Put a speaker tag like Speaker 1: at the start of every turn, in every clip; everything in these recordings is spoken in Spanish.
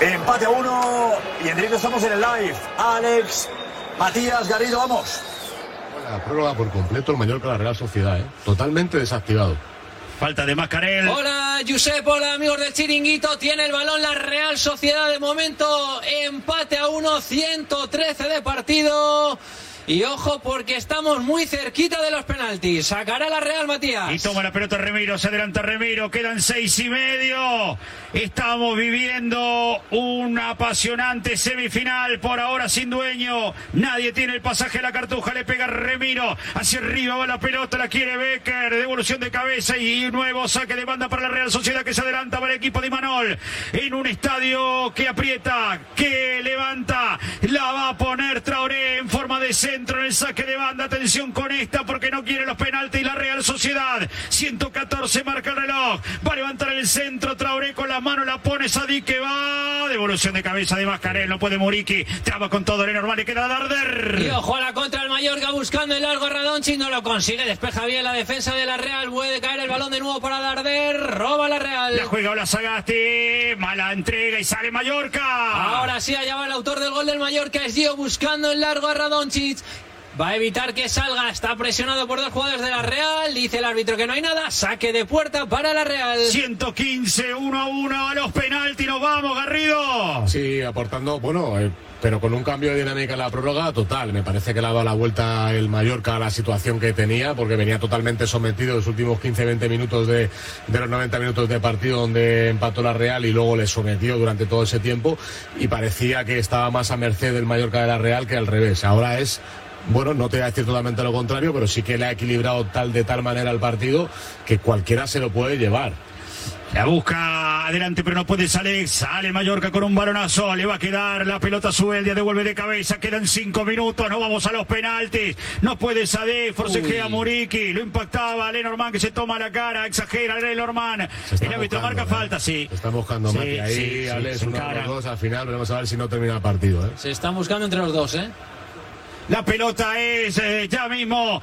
Speaker 1: Empate a uno y en directo estamos en el live. Alex, Matías, Garrido, vamos.
Speaker 2: La prórroga por completo el mayor que la Real Sociedad, ¿eh? totalmente desactivado.
Speaker 3: Falta de Mascarel.
Speaker 4: Hola, Josep, hola, amigos del Chiringuito. Tiene el balón la Real Sociedad de momento. Empate a 1, 113 de partido. Y ojo, porque estamos muy cerquita de los penaltis. Sacará la Real Matías.
Speaker 3: Y toma la pelota Remiro, se adelanta Remiro, quedan seis y medio. Estamos viviendo una apasionante semifinal, por ahora sin dueño. Nadie tiene el pasaje a la cartuja, le pega Remiro. Hacia arriba va la pelota, la quiere Becker. Devolución de cabeza y nuevo saque de banda para la Real Sociedad que se adelanta para el equipo de Manol. En un estadio que aprieta, que levanta, la va a poner Traoré en forma de centro centro en el saque de banda. Atención con esta porque no quiere los penaltis la Real Sociedad. 114 marca el reloj. Va a levantar el centro. Traoré con la mano la pone Sadik que va. Devolución de cabeza de Mascarel. No puede Muriqui. Traba con todo. Le normal. Le queda Darder.
Speaker 4: Y ojo a la contra el Mallorca buscando el largo Radonchi. No lo consigue. Despeja bien la defensa de la Real. Puede caer el balón de nuevo para Darder. Roba la Real.
Speaker 3: La juega ahora Sagasti. Mala entrega y sale Mallorca.
Speaker 4: Ahora sí, allá va el autor del gol del Mallorca. Es Dio buscando el largo a Radonchich. Va a evitar que salga, está presionado por dos jugadores de la Real, dice el árbitro que no hay nada, saque de puerta para la Real.
Speaker 3: 115, 1 a 1, a los penaltis, nos vamos, Garrido.
Speaker 2: Sí, aportando, bueno, eh, pero con un cambio de dinámica en la prórroga total. Me parece que le ha dado la vuelta el Mallorca a la situación que tenía, porque venía totalmente sometido los últimos 15-20 minutos de, de los 90 minutos de partido donde empató la Real y luego le sometió durante todo ese tiempo y parecía que estaba más a merced del Mallorca de la Real que al revés. Ahora es bueno, no te voy a decir totalmente lo contrario, pero sí que le ha equilibrado tal de tal manera el partido que cualquiera se lo puede llevar.
Speaker 3: La busca adelante, pero no puede salir. Sale Mallorca con un balonazo. Le va a quedar la pelota sueldia. Devuelve de cabeza. Quedan cinco minutos. No vamos a los penaltis. No puede Sade. Forcejea a Muriqui. Lo impactaba. Lenormand que se toma la cara. Exagera Lenormand. El árbitro marca
Speaker 2: ¿eh?
Speaker 3: falta, sí.
Speaker 2: Se está buscando
Speaker 3: Sí,
Speaker 2: Mati. Ahí,
Speaker 3: sí, sí,
Speaker 2: Alex,
Speaker 3: sin
Speaker 2: uno de los
Speaker 3: cara.
Speaker 2: dos. Al final veremos a ver si no termina el partido. ¿eh?
Speaker 4: Se están buscando entre los dos, ¿eh?
Speaker 3: La pelota es eh, ya mismo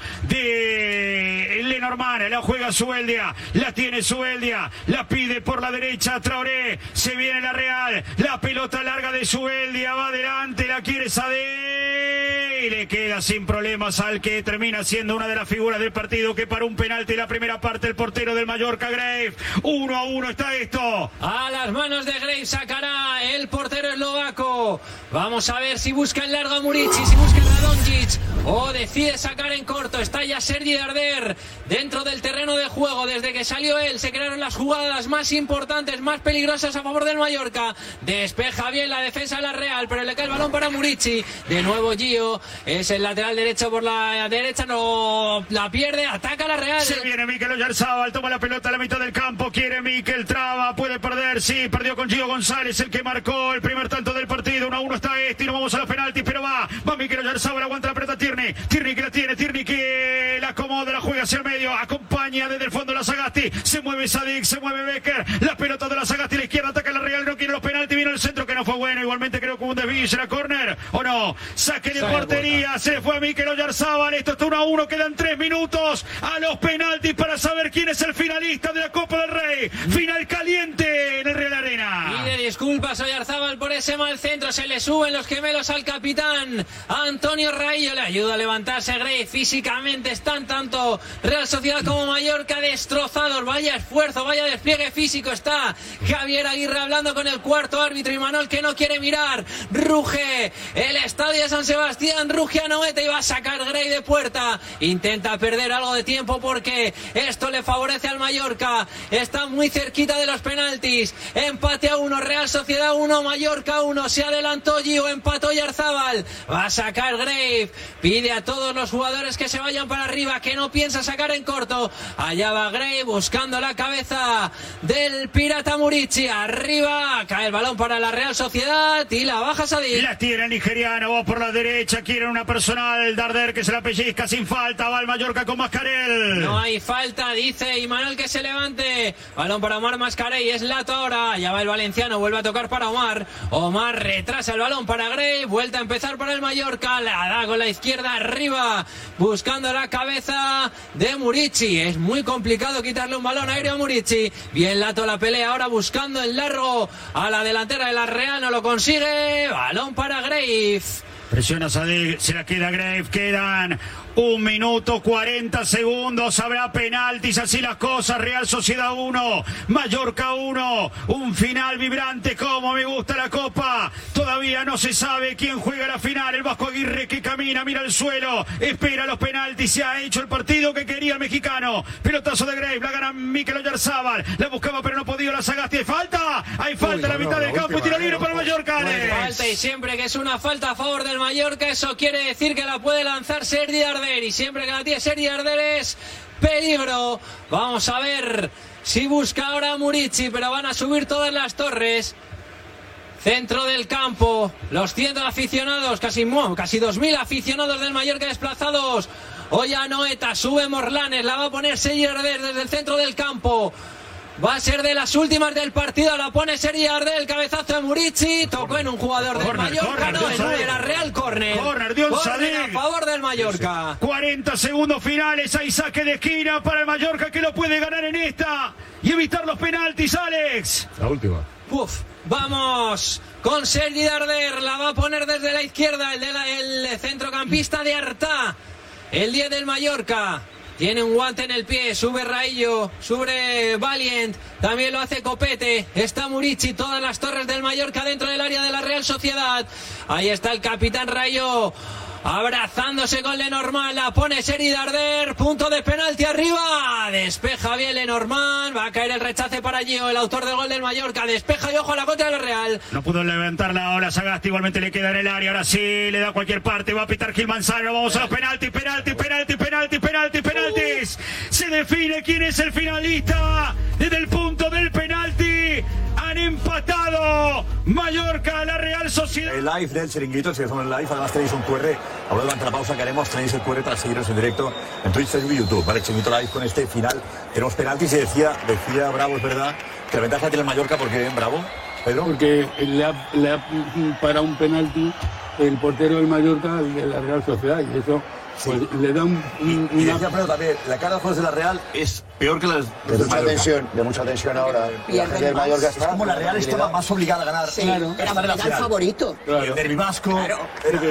Speaker 3: de Lenormand. La juega Sueldia. La tiene Sueldia. La pide por la derecha Traoré. Se viene la Real. La pelota larga de Sueldia. Va adelante. La quiere Sade. Y le queda sin problemas al que termina siendo una de las figuras del partido que para un penalti la primera parte el portero del Mallorca Grave. Uno a uno está esto.
Speaker 4: A las manos de Graves sacará el portero eslovaco. Vamos a ver si busca el largo a Murici, si busca el Radonjic o decide sacar en corto. Está ya Sergi Darder dentro del terreno de juego. Desde que salió él se crearon las jugadas más importantes, más peligrosas a favor del Mallorca. Despeja bien la defensa de la Real, pero le cae el balón para Murici. De nuevo Gio es el lateral derecho por la derecha, no la pierde, ataca la Real.
Speaker 3: Se viene Miquel Oyarzábal, toma la pelota a la mitad del campo, quiere Miquel, traba, puede perder, sí, perdió con Gio González, el que marcó el primer tanto del partido, 1 a 1 está este, y no vamos a los penaltis, pero va, va Miquel Oyarzábal, aguanta la pelota Tierney, Tierney que la tiene, Tierney que la acomoda, la juega hacia el medio, acompaña desde el fondo la Sagasti, se mueve Sadik, se mueve Becker, la pelota de la Sagasti, la izquierda ataca la Real, no quiere los penaltis, vino el centro que no fue bueno, igualmente creo que hubo un desvío, será córner, o no, saque de
Speaker 4: Saque de
Speaker 3: portería, Ah, Se fue Mikel Oyarzábal. Esto está 1 a 1. Quedan 3 minutos a los penaltis para saber quién es el finalista de la Copa del Rey. Final caliente en el Real Arena.
Speaker 4: Pide disculpas culpa Soyarzábal por ese mal centro. Se le suben los gemelos al capitán. Antonio Raillo le ayuda a levantarse Gray. Físicamente están tanto Real Sociedad como Mallorca destrozados. Vaya esfuerzo, vaya despliegue físico está Javier Aguirre hablando con el cuarto árbitro y Manol que no quiere mirar. Ruge el estadio de San Sebastián. Ruge a Noeta y va a sacar Gray de puerta. Intenta perder algo de tiempo porque esto le favorece al Mallorca. Está muy cerquita de los penaltis. Empate a uno, Real Sociedad 1, Mallorca 1. Se adelantó Gio, empató Yarzábal. Va a sacar Grave. Pide a todos los jugadores que se vayan para arriba, que no piensa sacar en corto. Allá va Grave buscando la cabeza del Pirata Murici. Arriba cae el balón para la Real Sociedad y la baja Sadik.
Speaker 3: La tiene el nigeriano, va por la derecha, quiere una personal, Darder que se la pellizca sin falta, va el Mallorca con Mascarel.
Speaker 4: No hay falta, dice Imanol que se levante. Balón para Omar Mascarey, es Lato ahora. Ya va el valenciano, vuelve a tocar para Omar. Omar retrasa el balón para Gray, vuelta a empezar para el Mallorca. La da con la izquierda arriba, buscando la cabeza de Murici. Es muy complicado quitarle un balón aéreo a Murici. Bien Lato la pelea ahora buscando el largo a la delantera de la Real, no lo consigue. Balón para Gray.
Speaker 3: Presiona Sadik, se la queda Grave, quedan un minuto 40 segundos, habrá penaltis, así las cosas, Real Sociedad 1, Mallorca 1, un final vibrante como me gusta la copa, todavía no se sabe quién juega la final, el Vasco Aguirre que camina, mira el suelo, espera los penaltis, se ha hecho el partido que quería el mexicano, pelotazo de Grave, la gana Mikel Oyarzábal, la buscaba pero no podía, la sagaste, hay falta, hay falta, en la mitad del campo y tiro libre para Mallorca,
Speaker 4: eh, No hay
Speaker 3: Alex.
Speaker 4: falta y siempre que es una falta a favor del Mallorca, eso quiere decir que la puede lanzar Sergi Darder. Y siempre que la tiene Sergi Darder es peligro. Vamos a ver si busca ahora a Murici, pero van a subir todas las torres. Centro del campo, los 100 aficionados, casi, mo- casi 2.000 aficionados del Mallorca desplazados. Hoy a Noeta, sube Morlanes, la va a poner Sergi Arder desde el centro del campo. Va a ser de las últimas del partido, la pone Sergi Arder, el cabezazo de Murici, tocó en un jugador del
Speaker 3: Corner,
Speaker 4: Mallorca,
Speaker 3: corner,
Speaker 4: no,
Speaker 3: Dios
Speaker 4: en
Speaker 3: sabe.
Speaker 4: era Real Corner.
Speaker 3: Corner, Dios
Speaker 4: Corner
Speaker 3: sabe.
Speaker 4: a favor del Mallorca.
Speaker 3: 40 segundos finales, hay saque de esquina para el Mallorca que lo puede ganar en esta y evitar los penaltis, Alex.
Speaker 5: La última.
Speaker 4: Uf, vamos con Sergi Darder, la va a poner desde la izquierda el, de la- el centrocampista de Artá, el 10 del Mallorca. Tiene un guante en el pie, sube Raillo, sube Valiant, también lo hace Copete, está Murici, todas las torres del Mallorca dentro del área de la Real Sociedad. Ahí está el capitán Rayo abrazándose con Lenormand, la pone Seri Darder, punto de penalti arriba, despeja bien Lenormand, va a caer el rechace para Gio, el autor del gol del Mallorca, despeja y ojo a la contra del Real.
Speaker 3: No pudo levantarla ahora Sagasti, igualmente le queda en el área, ahora sí, le da a cualquier parte, va a pitar Gil Manzano, vamos a los penaltis, penaltis, penaltis, penaltis, penaltis, penaltis. Se define quién es el finalista desde el punto del penalti. Han empatado Mallorca a la Real Sociedad.
Speaker 2: El live del chiringuito, si son el live, además tenéis un QR. Ahora durante la pausa que haremos tenéis el QR para seguirnos en directo en Twitch, Facebook y YouTube. Vale, chiringuito live con este final. Tenemos penaltis y decía, decía Bravo, es verdad, que la ventaja tiene el Mallorca porque Bravo, Pedro.
Speaker 6: Porque le ha, le ha para un penalti el portero del Mallorca al de la Real Sociedad y eso pues, le da un, un-
Speaker 2: Y
Speaker 6: una-
Speaker 2: decía Pedro también, la cara de los jugadores de la Real es peor que la del
Speaker 7: De mucha
Speaker 2: Mallorca.
Speaker 7: tensión, de mucha tensión ahora. La gente del Mallorca
Speaker 2: Es
Speaker 7: está.
Speaker 2: como la Real estaba más obligada a ganar.
Speaker 8: Sí,
Speaker 2: Claro.
Speaker 8: era
Speaker 2: Esta
Speaker 8: el
Speaker 2: relación.
Speaker 8: favorito.
Speaker 2: El derbi vasco. Era,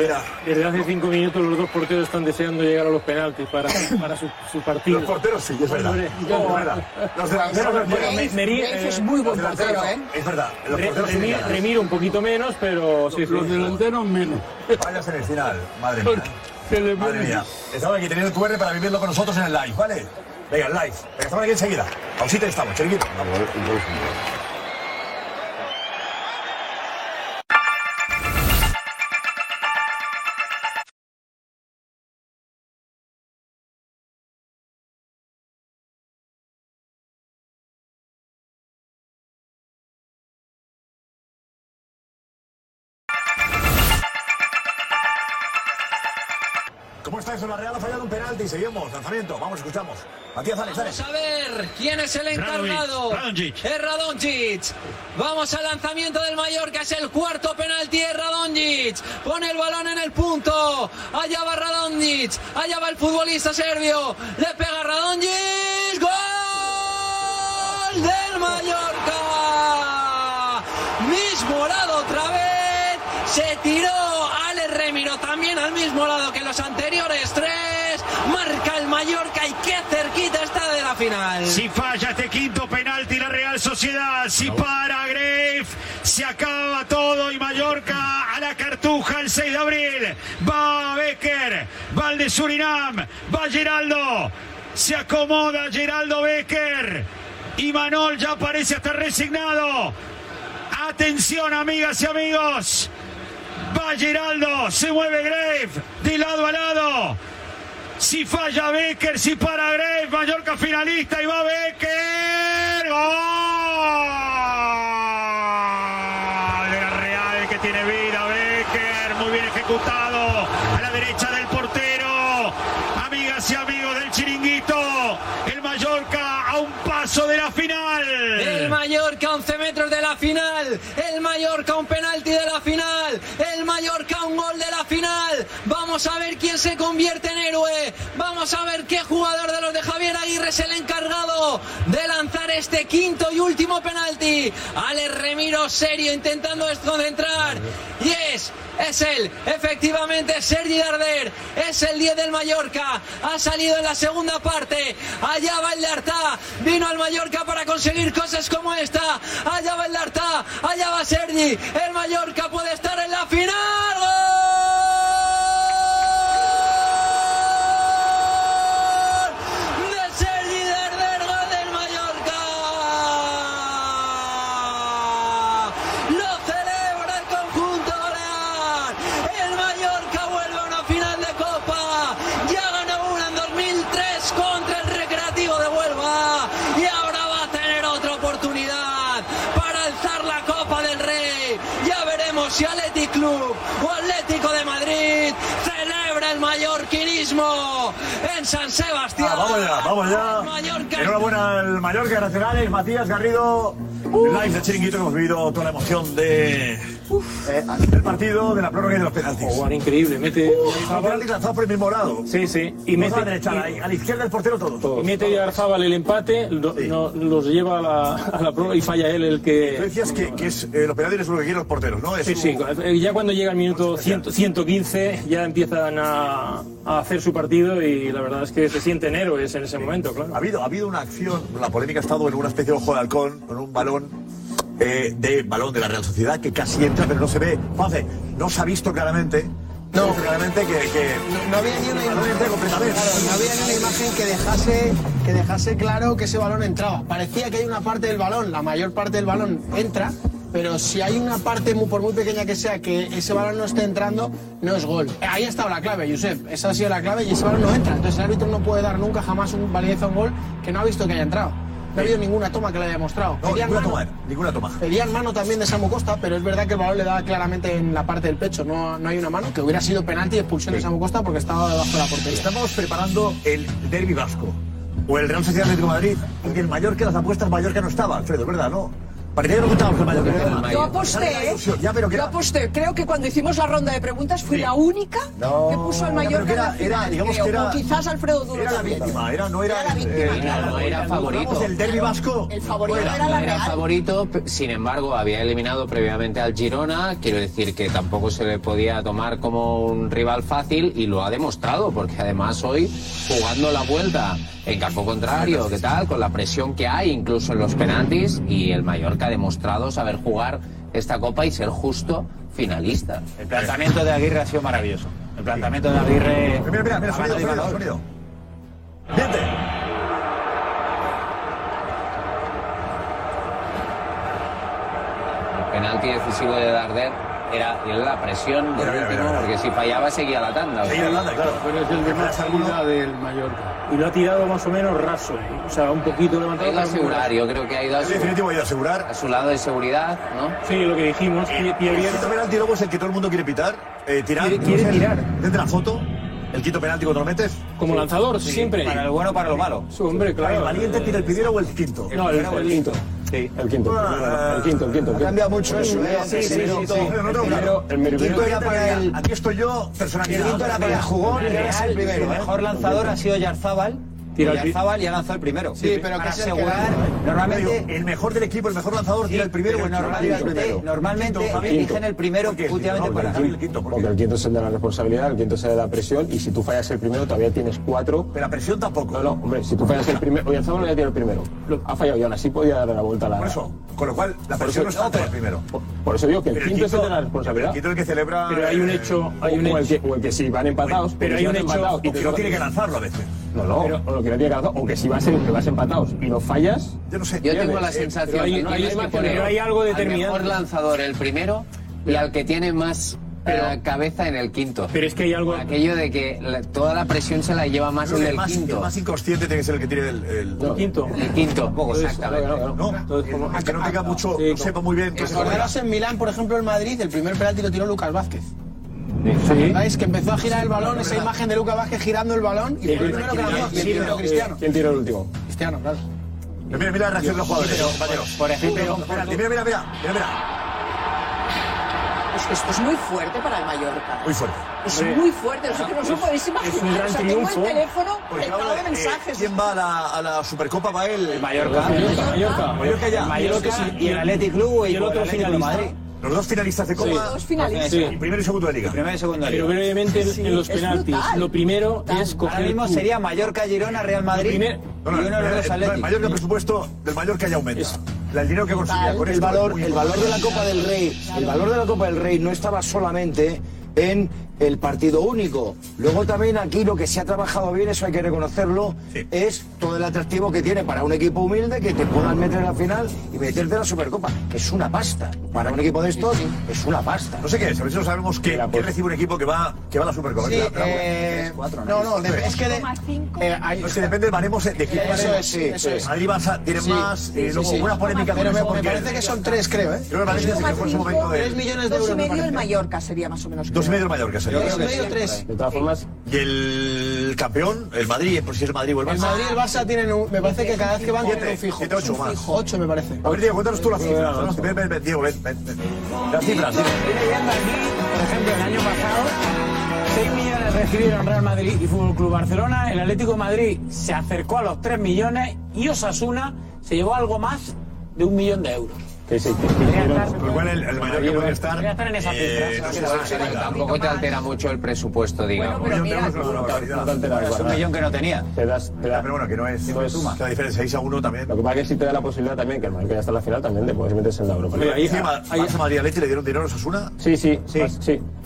Speaker 2: era.
Speaker 9: Desde hace cinco minutos los dos porteros están deseando llegar a los penaltis para, para su, su partido.
Speaker 2: Los porteros sí, es verdad.
Speaker 9: Hombre.
Speaker 2: Es verdad. Los delanteros no
Speaker 9: Bueno,
Speaker 2: llegan.
Speaker 9: Meri-
Speaker 8: Reif
Speaker 9: eh,
Speaker 8: es muy
Speaker 2: Los
Speaker 8: buen
Speaker 2: delanteros
Speaker 8: portero,
Speaker 2: no.
Speaker 8: ¿eh?
Speaker 2: Es verdad. Los
Speaker 9: Re-
Speaker 2: porteros sí
Speaker 9: Remir,
Speaker 2: llegan.
Speaker 9: Remir un poquito menos, pero sí, sí.
Speaker 6: los delanteros menos.
Speaker 2: Vaya semifinal. Madre mía.
Speaker 6: Se le
Speaker 2: Madre
Speaker 6: pone-
Speaker 2: mía. Estamos aquí teniendo el QR para vivirlo con nosotros en el live, ¿vale? Venga, el live. Venga, estamos aquí enseguida. Pausita y estamos, chiringuito. ¿Cómo estáis? La Real ha fallado un penalti. Seguimos. Lanzamiento. Vamos, escuchamos. Matías, dale, dale.
Speaker 4: Vamos a ver quién es el
Speaker 3: Radonjic,
Speaker 4: encargado.
Speaker 3: Radonjic.
Speaker 4: Es Radonjic. Vamos al lanzamiento del Mallorca. Es el cuarto penalti. Es Radonjic. Pone el balón en el punto. Allá va Radonjic. Allá va el futbolista serbio. Le pega Radonjic. ¡Gol! del Mallorca. Mis Alex Morado otra vez. Se tiró Alex Remiro también al mismo lado que los anteriores tres. Marca el Mallorca y qué cerquita está de la final.
Speaker 3: Si falla este quinto penalti la Real Sociedad, si para Greif, se acaba todo y Mallorca a la cartuja el 6 de abril. Va Becker, va el de Surinam, va Geraldo, se acomoda Geraldo Becker y Manol ya parece estar resignado. Atención amigas y amigos, va Geraldo, se mueve Grave de lado a lado. Si falla Becker, si para Grave, Mallorca finalista y va Becker. ¡Gol! De la Real que tiene vida Becker, muy bien ejecutado a la derecha del portero. Amigas y amigos del chiringuito, el Mallorca a un paso de la final.
Speaker 4: El Mallorca a 11 metros de la final. El Mallorca un penalti de la final. El Mallorca un gol de la final. Vamos a ver quién se convierte en héroe. Vamos a ver qué jugador de los de Javier Aguirre es el encargado de lanzar este quinto y último penalti. Alex Remiro serio intentando desconcentrar. Y es es él, efectivamente Sergi Darder, es el 10 del Mallorca, ha salido en la segunda parte, allá va el Dartá, vino al Mallorca para conseguir cosas como esta, allá va el Dartá, allá va Sergi, el Mallorca puede estar en la final. ¡Gol! De Sergi Darder, gol del Mallorca. Lo celebra el conjunto Leal. El Mallorca vuelve a una final de Copa. Ya ganó una en 2003 contra el Recreativo de Huelva. Y ahora va a tener otra oportunidad para alzar la Copa del Rey. Ya veremos si Athletic Club o Atlético de Madrid celebra el mallorquinismo en San Sebastián.
Speaker 2: Ah, vamos ya, vamos
Speaker 4: Mallorca.
Speaker 2: ya. Enhorabuena al Mallorca Nacionales, Matías Garrido. Live de Chiringuito, hemos vivido toda la emoción de, eh, del partido, de la prórroga y de los penaltis.
Speaker 9: Jugar Oh, increíble, mete.
Speaker 2: Los penaltis lanzados por el mismo lado.
Speaker 9: Sí, sí.
Speaker 2: Y
Speaker 9: Y mete,
Speaker 2: a la derecha, a la- a la izquierda el portero todo.
Speaker 9: y mete Yarzábal el empate, lo- no- los lleva a la, a la prórroga y falla él el
Speaker 2: Tú
Speaker 9: que.
Speaker 2: decías que, que es, eh, los penaltis es lo que quieren los porteros, ¿no? Es Pues
Speaker 9: Sí,
Speaker 2: su-
Speaker 9: sí. eh, Ya cuando llega el minuto 100 115 ya empiezan a, a hacer su partido y la verdad es que se sienten héroes en ese momento, claro.
Speaker 2: Ha habido, ha habido una acción, la polémica ha estado en una especie de ojo de halcón, con un balón eh, de balón de la Real Sociedad que casi entra, pero no se ve. Juanfe, no se ha visto claramente. No. claramente que. que
Speaker 8: No, no había ni una
Speaker 2: el balón
Speaker 8: imagen.
Speaker 2: entra completamente.
Speaker 8: Claro, no había ni una imagen que dejase, que dejase claro que ese balón entraba. Parecía que hay una parte del balón, la mayor parte del balón entra, pero si hay una parte, muy- por muy pequeña que sea, que ese balón no esté entrando, no es gol. Ahí ha estado la clave, Josep. Esa ha sido la clave y ese balón no entra. Entonces el árbitro no puede dar nunca jamás un validez a un gol que no ha visto que haya entrado. No ha habido ninguna toma que le haya mostrado.
Speaker 2: No,
Speaker 8: Pedían
Speaker 2: ninguna
Speaker 8: mano.
Speaker 2: toma, eh, ninguna toma.
Speaker 8: Pedían mano también de Samu Costa, pero es verdad que el balón le daba claramente en la parte del pecho. No, no hay una mano, que hubiera sido penalti y expulsión de Samu Costa porque estaba debajo de la portería.
Speaker 2: Estamos preparando el derby vasco, o el Real Sociedad Atlético de Madrid, y el Mallorca, las apuestas Mallorca no estaba, Alfredo, ¿verdad? No. Parecía que no contábamos con el Mallorca.
Speaker 10: Yo
Speaker 2: Dale la
Speaker 10: aposté, ¿eh?
Speaker 2: ilusión, Ya, pero que
Speaker 10: Yo
Speaker 2: era-
Speaker 10: aposté. Creo que cuando hicimos la ronda de preguntas fui la única
Speaker 2: No,
Speaker 10: que puso al
Speaker 2: ya, pero
Speaker 10: Mallorca
Speaker 2: que
Speaker 10: en la
Speaker 2: era- era,
Speaker 10: final,
Speaker 2: digamos
Speaker 10: creo.
Speaker 2: que era-
Speaker 10: O quizás Alfredo Duro
Speaker 2: Era la
Speaker 10: también.
Speaker 2: víctima, era, no era.
Speaker 10: Era la víctima, claro.
Speaker 2: no
Speaker 11: era el favorito.
Speaker 2: El derbi vasco.
Speaker 10: El favorito
Speaker 2: fuera.
Speaker 10: era la
Speaker 11: Era
Speaker 10: Real.
Speaker 11: favorito, p- sin embargo, había eliminado previamente al Girona. Quiero decir que tampoco se le podía tomar como un rival fácil y lo ha demostrado, porque además hoy jugando la vuelta en campo contrario, ¿qué tal? Con la presión que hay, incluso en los penaltis, y el Mallorca ha demostrado saber jugar esta copa y ser justo finalista.
Speaker 12: El planteamiento de Aguirre ha sido maravilloso. El planteamiento de Aguirre.
Speaker 2: Mira, mira, mira, sonido, sonido, sonido. Vente.
Speaker 11: El penalti decisivo de Darder era, era la presión del
Speaker 2: Mira, mira,
Speaker 11: último,
Speaker 2: mira, mira.
Speaker 11: porque si fallaba seguía la tanda. o sea,
Speaker 2: Seguía hablando, claro.
Speaker 6: Pero es el de más salida del Mallorca.
Speaker 9: Y lo ha tirado más o menos raso, ¿eh? o sea, un poquito
Speaker 11: ha
Speaker 9: levantado.
Speaker 11: ido
Speaker 9: pero muy
Speaker 11: a
Speaker 9: raso.
Speaker 11: asegurar, yo creo que ha ido a
Speaker 2: El
Speaker 11: su,
Speaker 2: definitivo y asegurar.
Speaker 11: a su lado de seguridad, ¿no?
Speaker 9: Sí, lo que dijimos, pie, pie
Speaker 2: Eh, El
Speaker 9: abierto.
Speaker 2: quinto penalti luego es el que todo el mundo quiere pitar. eh, tirar.
Speaker 9: Quiere- quiere
Speaker 2: ¿no? Es el-
Speaker 9: tirar.
Speaker 2: Desde la foto, el quinto penalti cuando lo metes.
Speaker 9: Como lanzador, siempre.
Speaker 12: Para lo bueno o para lo malo.
Speaker 9: Sí, hombre,
Speaker 2: ¿El
Speaker 9: claro.
Speaker 2: valiente pide el primero o el quinto?
Speaker 9: No, el, el quinto.
Speaker 12: Sí.
Speaker 9: El quinto.
Speaker 2: Ah, el quinto, el
Speaker 9: quinto.
Speaker 8: Ha cambiado mucho eso, ¿eh?
Speaker 9: Sí, sí, sí, sí.
Speaker 2: No, no, claro.
Speaker 9: El primero-
Speaker 2: quinto era para el. Aquí estoy yo, personalidad.
Speaker 8: El quinto era para el jugón y ahora es el primero. ¿eh?
Speaker 12: El mejor lanzador ha sido Yarzábal
Speaker 9: Tira el pri-
Speaker 12: Oyarzábal ya lanzó el primero.
Speaker 9: Sí, pero
Speaker 12: para
Speaker 9: que se
Speaker 12: asegurar.
Speaker 9: quedara-
Speaker 12: Normalmente.
Speaker 2: el mejor del equipo, el mejor lanzador,
Speaker 12: tira el primero. normalmente, normalmente eligen el primero últimamente para.
Speaker 13: Porque el quinto es el de la responsabilidad, el quinto es el de la presión y si tú fallas el primero todavía tienes cuatro.
Speaker 2: Pero la presión tampoco.
Speaker 13: No, no, hombre, si tú fallas el primero, hoy el sábado ya tiene el primero. Ha fallado y aún así podía dar la vuelta a la. Por eso,
Speaker 2: con lo cual la presión no es tanto el primero.
Speaker 13: Por eso digo que el
Speaker 2: Pero el
Speaker 13: quinto es el
Speaker 2: quinto-
Speaker 13: de la responsabilidad.
Speaker 2: el quinto es el que celebra,
Speaker 13: Pero hay un hecho, hay un hecho. O el que sí van empatados,
Speaker 2: Pero
Speaker 13: o que
Speaker 2: hay
Speaker 13: sí
Speaker 2: un
Speaker 13: van
Speaker 2: hecho-
Speaker 13: empatados y
Speaker 2: o que
Speaker 13: te
Speaker 2: no
Speaker 13: toca-
Speaker 2: tiene que lanzarlo a veces.
Speaker 13: No, no, pero, o lo que no tiene que hacer, o que si vas, en- que vas empatados y lo fallas.
Speaker 2: Yo no sé.
Speaker 11: Yo tengo
Speaker 2: Eh,
Speaker 11: la sensación que no tienes que poner al mejor lanzador el primero y al que tiene más eh, cabeza en el quinto. Pero
Speaker 9: es que hay algo...
Speaker 11: Aquello de que la- toda la presión se la lleva más
Speaker 2: Creo
Speaker 11: en
Speaker 2: que
Speaker 11: el
Speaker 2: el
Speaker 11: quinto.
Speaker 2: más inconsciente tiene que ser el que tiene el... El,
Speaker 9: quinto.
Speaker 11: El quinto, exactamente.
Speaker 2: No, el que no tenga mucho, no sepa muy bien... qué es lo que-
Speaker 8: Acordaros en Milán, por ejemplo, en Madrid, el primer penalti lo tiró Lucas Vázquez. ¿Sabéis? Que empezó a girar el balón, esa imagen de Lucas Vázquez girando el balón y fue el primero que lanzó Cristiano. Cristiano.
Speaker 13: ¿Quién tiró el último?
Speaker 8: Cristiano, claro.
Speaker 2: Mira, mira la reacción de los jugadores, compañeros.
Speaker 11: Por ejemplo,
Speaker 2: Espérate, mira, mira, mira, mira, mira.
Speaker 10: Es que esto es muy fuerte para el Mallorca.
Speaker 2: Muy fuerte.
Speaker 10: Es
Speaker 2: Hombre, Pues
Speaker 10: muy fuerte, o sea, que no os lo
Speaker 2: es-
Speaker 10: podéis imaginar.
Speaker 2: es un gran
Speaker 10: o sea, tengo el
Speaker 2: triunfo.
Speaker 10: teléfono
Speaker 2: Porque
Speaker 10: plagado
Speaker 2: ahora,
Speaker 10: de
Speaker 2: eh,
Speaker 10: mensajes.
Speaker 2: ¿Quién va a la, a la Supercopa? ¿Va él? El
Speaker 12: Mallorca. Mallorca, Mallorca.
Speaker 2: Mallorca ya.
Speaker 12: El Mallorca y el Athletic Club y
Speaker 2: el otro
Speaker 12: el Atlético de
Speaker 2: finalista.
Speaker 12: Madrid.
Speaker 2: Los dos finalistas de
Speaker 12: Sí.
Speaker 2: Copa.
Speaker 12: Los dos finalistas.
Speaker 2: Sí.
Speaker 12: Sí.
Speaker 2: Primero y segundo de Liga.
Speaker 12: Primero y segundo de Liga.
Speaker 9: Pero brevemente en- en los
Speaker 12: Es
Speaker 9: penaltis,
Speaker 12: brutal.
Speaker 9: lo primero es coger.
Speaker 12: Ahora mismo
Speaker 9: tú.
Speaker 12: sería Mallorca, Girona, Real Madrid
Speaker 9: Lo primer-
Speaker 12: y uno de los
Speaker 2: el
Speaker 12: Atléticos.
Speaker 2: Mallorca, presupuesto del Mallorca ya aumenta. El dinero que
Speaker 7: el
Speaker 2: conseguía con esto pues, es
Speaker 7: valor,
Speaker 2: muy
Speaker 7: el valor de la
Speaker 2: importante.
Speaker 7: Copa del Rey, el valor de la Copa del Rey no estaba solamente en el partido único. Luego también aquí lo que se ha trabajado bien, eso hay que reconocerlo, es todo el atractivo que tiene para un equipo humilde que te puedan meter en la final y meterte en la Supercopa. Es una pasta. Para un equipo de estos es una pasta. pues
Speaker 2: No sé qué es, a ver si no sabemos qué, qué recibe un equipo que va, que va a la Supercopa.
Speaker 7: Sí,
Speaker 2: Espera, espera,
Speaker 7: eh,
Speaker 2: tres, cuatro,
Speaker 7: no, no,
Speaker 2: Tres.
Speaker 7: es que de-
Speaker 8: eh, hay-
Speaker 2: No, es que depende del baremo de quién
Speaker 8: Eso
Speaker 2: baremo.
Speaker 8: es, sí, eso es.
Speaker 2: Madrid Barça tiene
Speaker 8: Sí,
Speaker 2: más, eh,
Speaker 8: sí, sí,
Speaker 2: luego
Speaker 8: sí.
Speaker 2: una polémica.
Speaker 8: Pero
Speaker 2: con eso
Speaker 8: me- me
Speaker 2: porque-
Speaker 8: parece que son tres, creo, ¿eh?
Speaker 2: Creo que parece que fue su momento de...
Speaker 8: Tres millones de
Speaker 10: Dos
Speaker 8: euros,
Speaker 10: y
Speaker 8: me
Speaker 10: medio el
Speaker 8: parece.
Speaker 10: Mallorca sería más o menos.
Speaker 2: Dos y medio el Mallorca sería.
Speaker 8: Dos y medio, tres.
Speaker 13: De todas formas.
Speaker 2: Y el campeón, el Madrid, por si es el Madrid o el Barça.
Speaker 8: El Madrid y el Barça tienen un, me parece que cada vez que van
Speaker 2: Siete,
Speaker 8: tienen un fijo.
Speaker 2: siete, ocho
Speaker 8: Un
Speaker 2: más.
Speaker 8: fijo, Ocho me parece.
Speaker 2: A ver, Diego, cuéntanos tú las cifras. ¿no? Ven, ven, ven, Diego, ven, ven. ven. Las cifras, dime.
Speaker 12: Por ejemplo, el año pasado, 6 millones recibieron Real Madrid y Fútbol Club Barcelona. El Atlético de Madrid se acercó a los 3 millones y Osasuna se llevó algo más de un millón de euros.
Speaker 13: Que sí, que-
Speaker 2: Con lo cual el, el Mallorca puede estar...
Speaker 12: Podría estar en esa
Speaker 2: eh,
Speaker 12: cifra.
Speaker 2: no sé,
Speaker 11: Pero tampoco te altera mucho el presupuesto, digamos.
Speaker 13: es un millón
Speaker 12: que no tenía.
Speaker 13: Te das, te das-
Speaker 2: Pero bueno, que no es...
Speaker 13: No es-
Speaker 2: La diferencia 6 a 1 también.
Speaker 13: Lo que pasa es que si te da la posibilidad también, que el Mallorca ya está en la final, también te puedes meter en la Europa.
Speaker 2: Oye, ahí,
Speaker 13: Sí,
Speaker 2: encima, Barça, Madrid, Atleti le dieron dinero a Osasuna.
Speaker 13: Sí, sí, sí.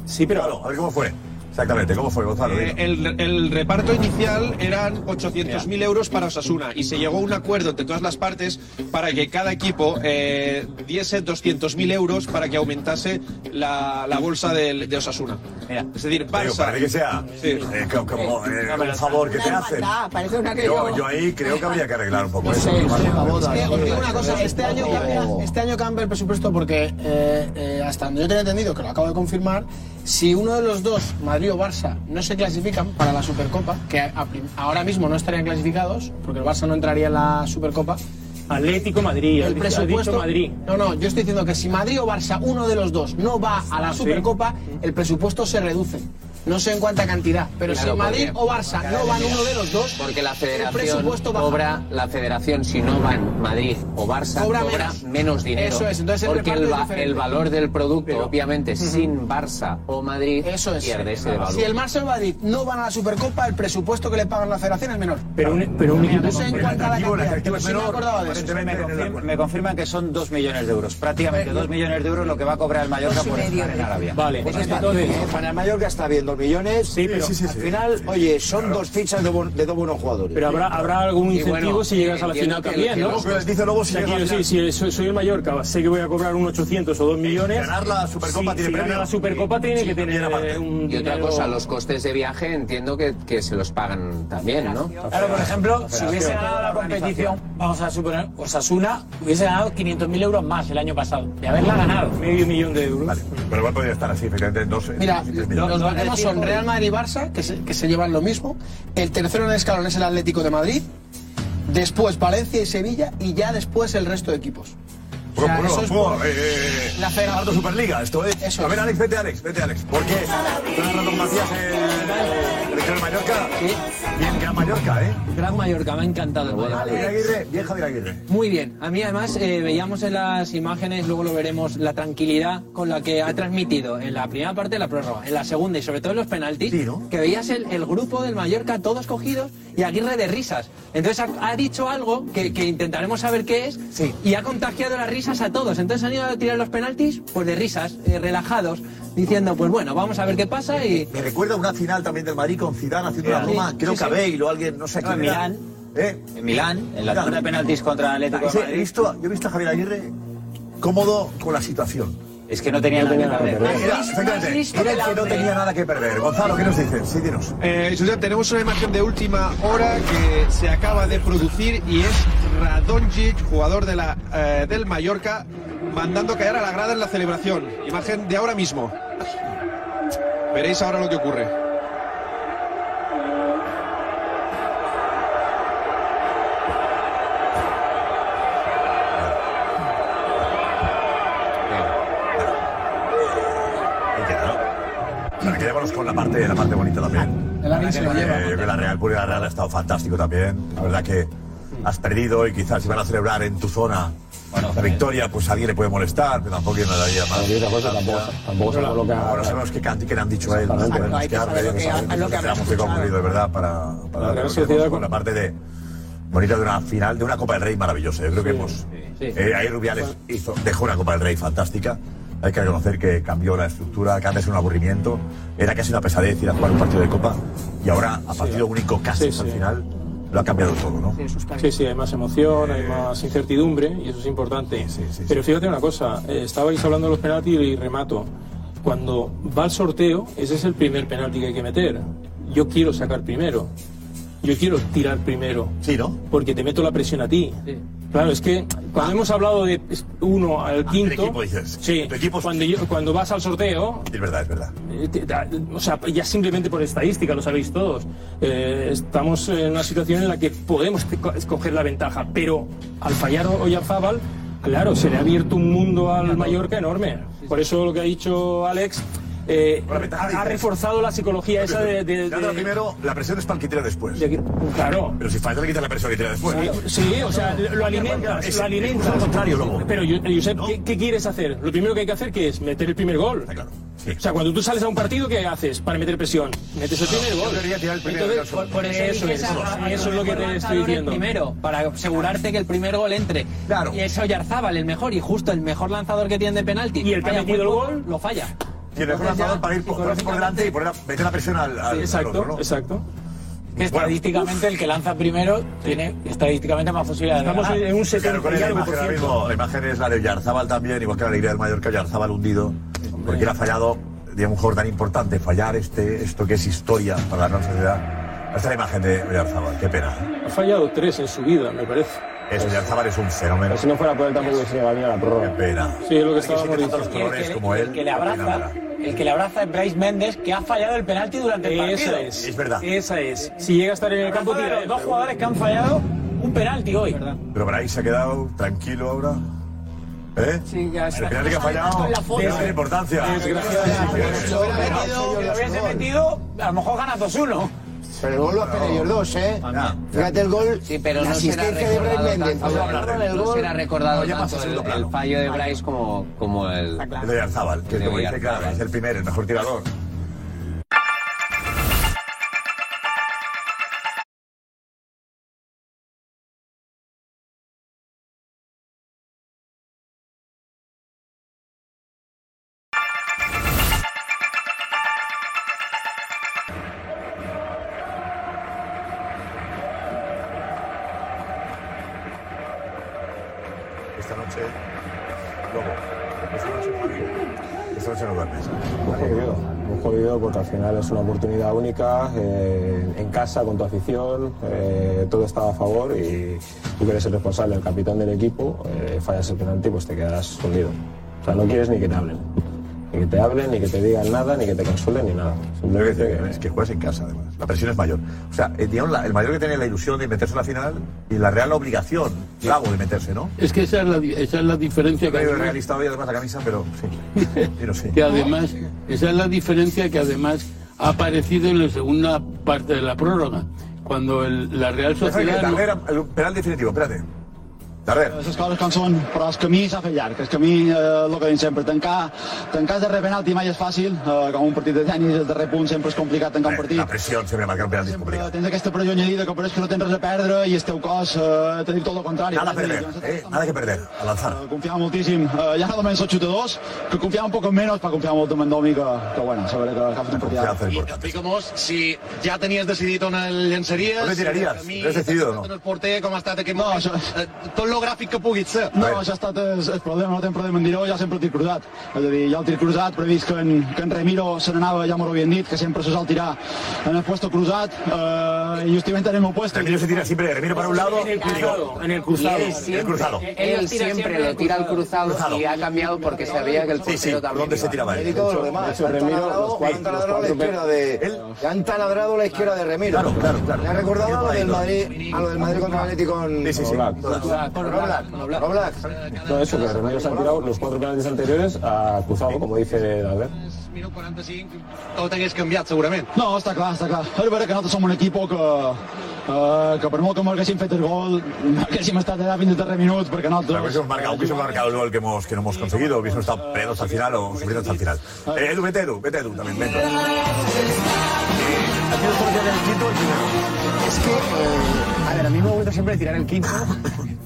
Speaker 13: sí.
Speaker 2: pero... Claro, a ver cómo fue. Exactamente, ¿cómo fue, Gonzalo?
Speaker 14: Eh,
Speaker 2: Dime.
Speaker 14: el, el reparto inicial eran 800.000 euros para Osasuna y se llegó a un acuerdo entre todas las partes para que cada equipo eh, diese 200.000 euros para que aumentase la, la bolsa del- de Osasuna. Es decir,
Speaker 2: Digo,
Speaker 14: Barça...
Speaker 2: parece que sea eh, co- como eh, un favor que te hacen.
Speaker 8: Parece una
Speaker 2: Yo, yo ahí creo que habría que arreglar un poco eso.
Speaker 8: Es que os digo una cosa, este año, cambia, este año cambia el presupuesto porque eh, eh, hasta donde yo tenía entendido, que lo acabo de confirmar, si uno de los dos, Madrid o Barça, no se clasifican para la Supercopa, que a- a prim- ahora mismo no estarían clasificados, porque el Barça no entraría en la Supercopa.
Speaker 9: Atlético Madrid,
Speaker 8: el
Speaker 9: has dicho- has
Speaker 8: presupuesto
Speaker 9: dicho Madrid.
Speaker 8: No, no, yo estoy diciendo que si Madrid o Barça, uno de los dos, no va a la
Speaker 9: Ah, sí.
Speaker 8: Supercopa, el presupuesto se reduce. No sé en cuánta cantidad, pero
Speaker 11: Claro,
Speaker 8: si Madrid
Speaker 11: porque-
Speaker 8: o Barça
Speaker 11: porque
Speaker 8: no
Speaker 11: ahora
Speaker 8: van
Speaker 11: ya-
Speaker 8: uno de los dos,
Speaker 11: Porque la
Speaker 8: el
Speaker 11: federación
Speaker 8: presupuesto baja.
Speaker 11: cobra, la federación si no van Madrid o Barça,
Speaker 8: Cobra
Speaker 11: cobra,
Speaker 8: menos.
Speaker 11: menos. dinero.
Speaker 8: Eso es, entonces el
Speaker 11: porque
Speaker 8: reparto
Speaker 11: el,
Speaker 8: es
Speaker 11: va-
Speaker 8: diferente.
Speaker 11: el valor del producto, obviamente, sin Barça o Madrid,
Speaker 8: Eso es.
Speaker 11: pierde ese valor.
Speaker 8: Si el Barça o Madrid no van a la Supercopa, el presupuesto que le pagan la federación es menor.
Speaker 9: Pero un, pero un equipo
Speaker 8: No sé en cuánta la cantidad, pero sí me acordaba de eso.
Speaker 12: Me, confirma- me confirman que son 2 millones de euros, prácticamente 2 millones de euros lo que va a cobrar el Mallorca
Speaker 7: Dos y
Speaker 12: por
Speaker 7: medio,
Speaker 12: estar en
Speaker 7: creo.
Speaker 12: Arabia.
Speaker 9: Vale,
Speaker 12: Pues
Speaker 7: Pues
Speaker 12: está.
Speaker 7: está, eh, para el Mallorca está bien, dos millones.
Speaker 12: pero-
Speaker 7: al final, oye, son dos fichas de, bon- de dos buenos jugadores.
Speaker 9: Pero habrá, habrá algún incentivo si llegas a la final también, ¿no? O sea, quiero decir, si soy, soy el Mallorca, sé que voy a cobrar un 800 o 2 millones.
Speaker 2: Eh, ganar la Supercopa
Speaker 9: Sí,
Speaker 2: tiene
Speaker 9: si gana
Speaker 2: premio.
Speaker 9: la Supercopa tiene que tener eh, un
Speaker 11: Y otra
Speaker 9: dinero-
Speaker 11: cosa, los costes de viaje entiendo que, que se los pagan también, ¿no?
Speaker 12: Claro, por ejemplo, si hubiese ganado la competición, vamos a suponer, Osasuna hubiese ganado 500.000 euros más el año pasado, de haberla ganado.
Speaker 9: Medio millón de euros.
Speaker 2: Vale, pero igual podría estar así, efectivamente, eh, no sé.
Speaker 8: Mira,
Speaker 2: Sí, sí,
Speaker 8: los dos últimos son Real Madrid y Barça, que se, que se llevan lo mismo. El tercero en el escalón es el Atlético de Madrid. Después Valencia y Sevilla. Y ya después el resto de equipos. O sea,
Speaker 2: Bueno,
Speaker 8: eso es
Speaker 2: bueno,
Speaker 8: por-
Speaker 2: bueno, eh,
Speaker 8: la federación.
Speaker 2: Ardo Superliga, esto es. a ver, Alex, vete, Alex, vete, Alex. Porque qué? Fernando Macías, el el director de Mallorca, bien que Gran Mallorca, ¿eh?
Speaker 4: Gran Mallorca, me ha encantado. el
Speaker 2: Bueno, Javier
Speaker 4: Mallorca.
Speaker 2: Aguirre, bien Javier Aguirre.
Speaker 4: Muy bien, a mí además eh, veíamos en las imágenes, luego lo veremos, la tranquilidad con la que ha transmitido en la primera parte de la prórroga, en la segunda y sobre todo en los penaltis, que veías el, el grupo del Mallorca todos cogidos y Aguirre de risas. Entonces ha, ha dicho algo que, que intentaremos saber qué es y ha contagiado las risas a todos. Entonces han ido a tirar los penaltis pues de risas, eh, relajados, diciendo pues bueno, vamos a ver qué pasa y...
Speaker 2: Me recuerda una final también del Madrid con Zidane haciendo una
Speaker 4: Sí,
Speaker 2: broma,
Speaker 4: sí,
Speaker 2: creo
Speaker 4: sí.
Speaker 2: que a Bale o alguien, no sé
Speaker 4: No,
Speaker 2: quién
Speaker 4: en
Speaker 2: era.
Speaker 4: Milán.
Speaker 2: ¿Eh?
Speaker 4: En Milán, en la tanda de penaltis
Speaker 15: contra el Atlético de
Speaker 2: Ese- he
Speaker 15: Madrid.
Speaker 2: visto- Yo he visto a Javier Aguirre cómodo con la situación.
Speaker 15: Es que no tenía nada que perder.
Speaker 2: Era, efectivamente, era el que no tenía nada que perder. Gonzalo, ¿qué nos dices? Sí, dinos.
Speaker 8: Eh, Josep, tenemos una imagen de última hora que se acaba de producir y es Radonjic, jugador de la, eh, del Mallorca, mandando caer a la grada en la celebración. Imagen de ahora mismo. Veréis ahora lo que ocurre.
Speaker 2: Bueno, quedémonos con la parte, la parte bonita también.
Speaker 16: El Aris se lo
Speaker 2: Eh,
Speaker 16: lleva.
Speaker 2: yo creo que la Real Puri la Real ha estado fantástico también. La verdad que has perdido y quizás si van a celebrar en tu zona la victoria, pues a alguien le puede molestar, pero tampoco yo no le daría más.
Speaker 17: Y otra cosa, tampoco- tampoco se coloca-
Speaker 2: Bueno, sabemos que, que le han dicho a él. ¿no?
Speaker 17: Exactamente.
Speaker 2: Sabemos
Speaker 17: Hay que
Speaker 2: que
Speaker 17: saber lo que-
Speaker 2: sabemos
Speaker 17: a lo que
Speaker 2: que
Speaker 17: han
Speaker 2: tenemos que concluir, de verdad, para, para
Speaker 17: La Real
Speaker 2: lo que
Speaker 17: Sociedad
Speaker 2: tenemos con la parte de bonita de una final, de una Copa del Rey maravillosa. Yo creo que hemos. Eh, ahí Rubiales hizo, dejó una Copa del Rey fantástica. Hay que reconocer que cambió la estructura, que antes era un aburrimiento, era casi una pesadez ir a jugar un partido de Copa y ahora a partido único casi al final lo ha cambiado todo, ¿no?
Speaker 9: Sí, sí, hay más emoción, hay más incertidumbre y eso es importante. Pero fíjate una cosa, eh, estabais hablando de los penaltis y remato. Cuando va al sorteo, ese es el primer penalti que hay que meter. Yo quiero sacar primero. Yo quiero tirar primero.
Speaker 2: Sí, ¿no? Ah.
Speaker 9: Porque te meto la presión a ti. Claro, es que cuando hemos hablado de uno al quinto.
Speaker 2: equipo, dices.
Speaker 9: Sí, cuando, yo- cuando vas al sorteo.
Speaker 2: Es verdad, es verdad.
Speaker 9: eh, te- da- O sea, ya simplemente por estadística, lo sabéis todos. eh, estamos en una situación en la que podemos te- co- escoger la ventaja, pero al fallar Oyarzabal, claro, se le ha abierto un mundo al Mallorca enorme. Por eso lo que ha dicho Alex. eh, ha reforzado la psicología esa de, de-
Speaker 2: Gana
Speaker 9: de-
Speaker 2: primero, la presión es para el que tira después.
Speaker 9: claro.
Speaker 2: Pero si falta le quitas la presión que tira después.
Speaker 9: Sí, o sea, lo alimentas,
Speaker 2: Es-
Speaker 9: lo alimentas.
Speaker 2: es lo contrario, Lobo.
Speaker 9: Pero, yo- Josep, ¿qué, qué quieres hacer? Lo primero que hay que hacer que es meter el primer gol. O sea, cuando tú sales a un partido, ¿qué haces para meter presión? Metes el primer
Speaker 2: Yo
Speaker 9: gol.
Speaker 2: quería tirar el primer
Speaker 9: Entonces,
Speaker 2: gol al
Speaker 9: por, por
Speaker 2: segundo.
Speaker 9: eso,
Speaker 2: Eso
Speaker 9: es,
Speaker 2: es.
Speaker 9: eso es lo que te estoy
Speaker 4: lanzadores
Speaker 9: diciendo.
Speaker 4: Primero, para asegurarte que el primer gol entre. Claro. Y es Oyarzábal, el mejor y justo el mejor lanzador que tienen de penalti. Y el
Speaker 9: que ha metido el gol,
Speaker 4: lo falla.
Speaker 2: Y el
Speaker 4: Entonces
Speaker 2: mejor
Speaker 4: ya,
Speaker 2: lanzador para ir por, ponerse por delante y poner a- meter la presión al, al- al
Speaker 9: exacto,
Speaker 2: otro, ¿no?
Speaker 9: exacto.
Speaker 12: Que estadísticamente el que lanza primero tiene estadísticamente más posibilidades de
Speaker 9: Estamos
Speaker 12: ganar.
Speaker 9: en un
Speaker 2: Ah, Claro, con la imagen ahora mismo, la imagen es la de Yarzábal también, igual que la alegría del Mallorca, Yarzábal hundido, porque él ha fallado de un jugador tan importante, fallar este, esto que es historia para la Real sociedad. Esta es la imagen de Yarzábal, qué pena.
Speaker 9: Ha fallado tres en su vida, me parece.
Speaker 2: Eso, Yarzábal es un fenómeno.
Speaker 17: Si no fuera por él, tampoco se lleva bien a la prórroga.
Speaker 2: Qué pena.
Speaker 9: Sí, es lo que
Speaker 2: estábamos diciendo. Los
Speaker 12: Y el
Speaker 2: colores
Speaker 12: que-
Speaker 2: como
Speaker 12: y
Speaker 2: él.
Speaker 12: el que le
Speaker 2: qué pena me
Speaker 12: abraza,
Speaker 2: da.
Speaker 12: el que le abraza es Bryce Méndez, que ha fallado el penalti durante el partido.
Speaker 9: Esa es. Esa es. Si llega a estar en el campo,
Speaker 12: Uno de
Speaker 9: tira
Speaker 12: los dos jugadores que han fallado un penalti hoy.
Speaker 2: Pero Brais se ha quedado tranquilo ahora. ¿Eh?
Speaker 12: Sí, ya está.
Speaker 2: El penalti que ha
Speaker 12: Está
Speaker 2: fallado
Speaker 12: en la foto.
Speaker 2: no tiene importancia.
Speaker 12: Si hubiera metido- si lo hubiese metido, a lo mejor ganas 2-1.
Speaker 18: Pero el gol lo hacen ellos dos, ¿eh? Fíjate el gol. Sí,
Speaker 4: pero
Speaker 18: la
Speaker 4: no será
Speaker 18: asistencia de Bryce
Speaker 4: recordado
Speaker 18: Méndez.
Speaker 4: tanto.
Speaker 18: o sea, el gol, el
Speaker 4: No
Speaker 18: gol-
Speaker 4: será recordado
Speaker 18: No, ya
Speaker 4: tanto
Speaker 18: pasa a
Speaker 4: el,
Speaker 18: segundo
Speaker 4: el
Speaker 18: plano.
Speaker 4: fallo de Bryce como, como el...
Speaker 2: El de Yarzábal, que como dice, claro, es el primero, el mejor tirador. Esta noche, Lobo. Esta noche, Javi. Esta noche no duermes.
Speaker 17: Muy jodido, muy jodido porque al final es una oportunidad única, eh, en casa, con tu afición, eh, todo estaba a favor y tú que eres el responsable, el capitán del equipo, eh, fallas el penalti pues te quedas hundido. O sea, no quieres ni que te hablen, ni que te hablen, ni que te digan nada, ni que te consuelen, ni nada.
Speaker 2: Lo que decía que- es que juegas en casa, además. La presión es mayor. O sea, eh, digamos, la- el mayor que tenía la ilusión de meterse en la final y la real obligación, Lago, de meterse, ¿no?
Speaker 19: Es que esa es la, di- esa es la diferencia que
Speaker 2: Yo he
Speaker 19: además-
Speaker 2: realista hoy, además, la camisa, pero sí. Pero sí.
Speaker 19: que además, esa es la diferencia que además ha aparecido en la segunda parte de la prórroga,
Speaker 6: cuando el- la Real Sociedad... no-
Speaker 2: Darder, el penal eh, definitivo, espérate. Darder.
Speaker 18: Les coses com són, però el camí s'ha fet llarg. El camí, eh, el que dic sempre, tancar, tancar el darrer penalti mai és fàcil, eh, com un partit de tenis, el darrer punt sempre és complicat tancar un partit.
Speaker 2: La presión siempre marca un penalti es complicado.
Speaker 18: Tens aquesta pressió añadida que pareix que no tens res a perdre i el teu cos eh, t'ha dit tot el contrari.
Speaker 2: Nada a perder, eh, nada que perder, a lanzar.
Speaker 18: Confiava moltíssim, eh, ja no només els xutadors, que confiava un poc en menys, va confiar molt en Mandomi, que, que bueno, sabré que, que ha fet un partit.
Speaker 20: Explica'm-vos si ja tenies decidit on el llançaries.
Speaker 18: On el tiraries?
Speaker 20: si el camí,
Speaker 18: L'has decidit o no?
Speaker 20: En el porter, com ha estat aquest moment. No, eh, Tot lo gràfic que pugui ser.
Speaker 18: No, això ha estat el, el problema, no tenim problema en dir-ho, ja sempre el tir cruzat. És a dir, ja el tir cruzat, previst que en, que en Remiro se n'anava, ja m'ho havien dit, que sempre se sol tirar en el puesto cruzat, eh, i justament en el meu puesto. Remiro
Speaker 2: se tira siempre, Remiro para un lado.
Speaker 12: En el
Speaker 2: cruzado. El cruzado.
Speaker 11: Él siempre lo tira al cruzado, y ha cambiado porque sabía que el portero también.
Speaker 2: ¿Dónde se tiraba él?
Speaker 7: Y todos los demás. Han taladrado, han taladrado la izquierda de. Han taladrado la izquierda de Remiro. Claro, claro, claro. Me ha recordado a lo del Madrid, a lo del Madrid contra el Atlético con. Sí, sí, sí.
Speaker 13: No, eso, que Remedios han tirado los cuatro penaltis anteriores a cruzado, como dice Albert.
Speaker 20: Tot hagués canviat, segurament.
Speaker 18: No, està clar, està clar. És veritat que nosaltres som un equip que, eh, que per molt que mos haguéssim fet el gol, no haguéssim estat allà fins a tercer minuts, perquè
Speaker 2: Claro,
Speaker 18: nosaltres...
Speaker 2: hubiésemos marcado, hubiésemos marcado el gol que hemos, que no hemos conseguido, hubiésemos estado pedos hasta el final o sufriendo hasta el final. Eh, Edu, vete Edu, vete Edu también, vete.
Speaker 21: Es que, eh, a ver, a mí me gusta siempre tirar el quinto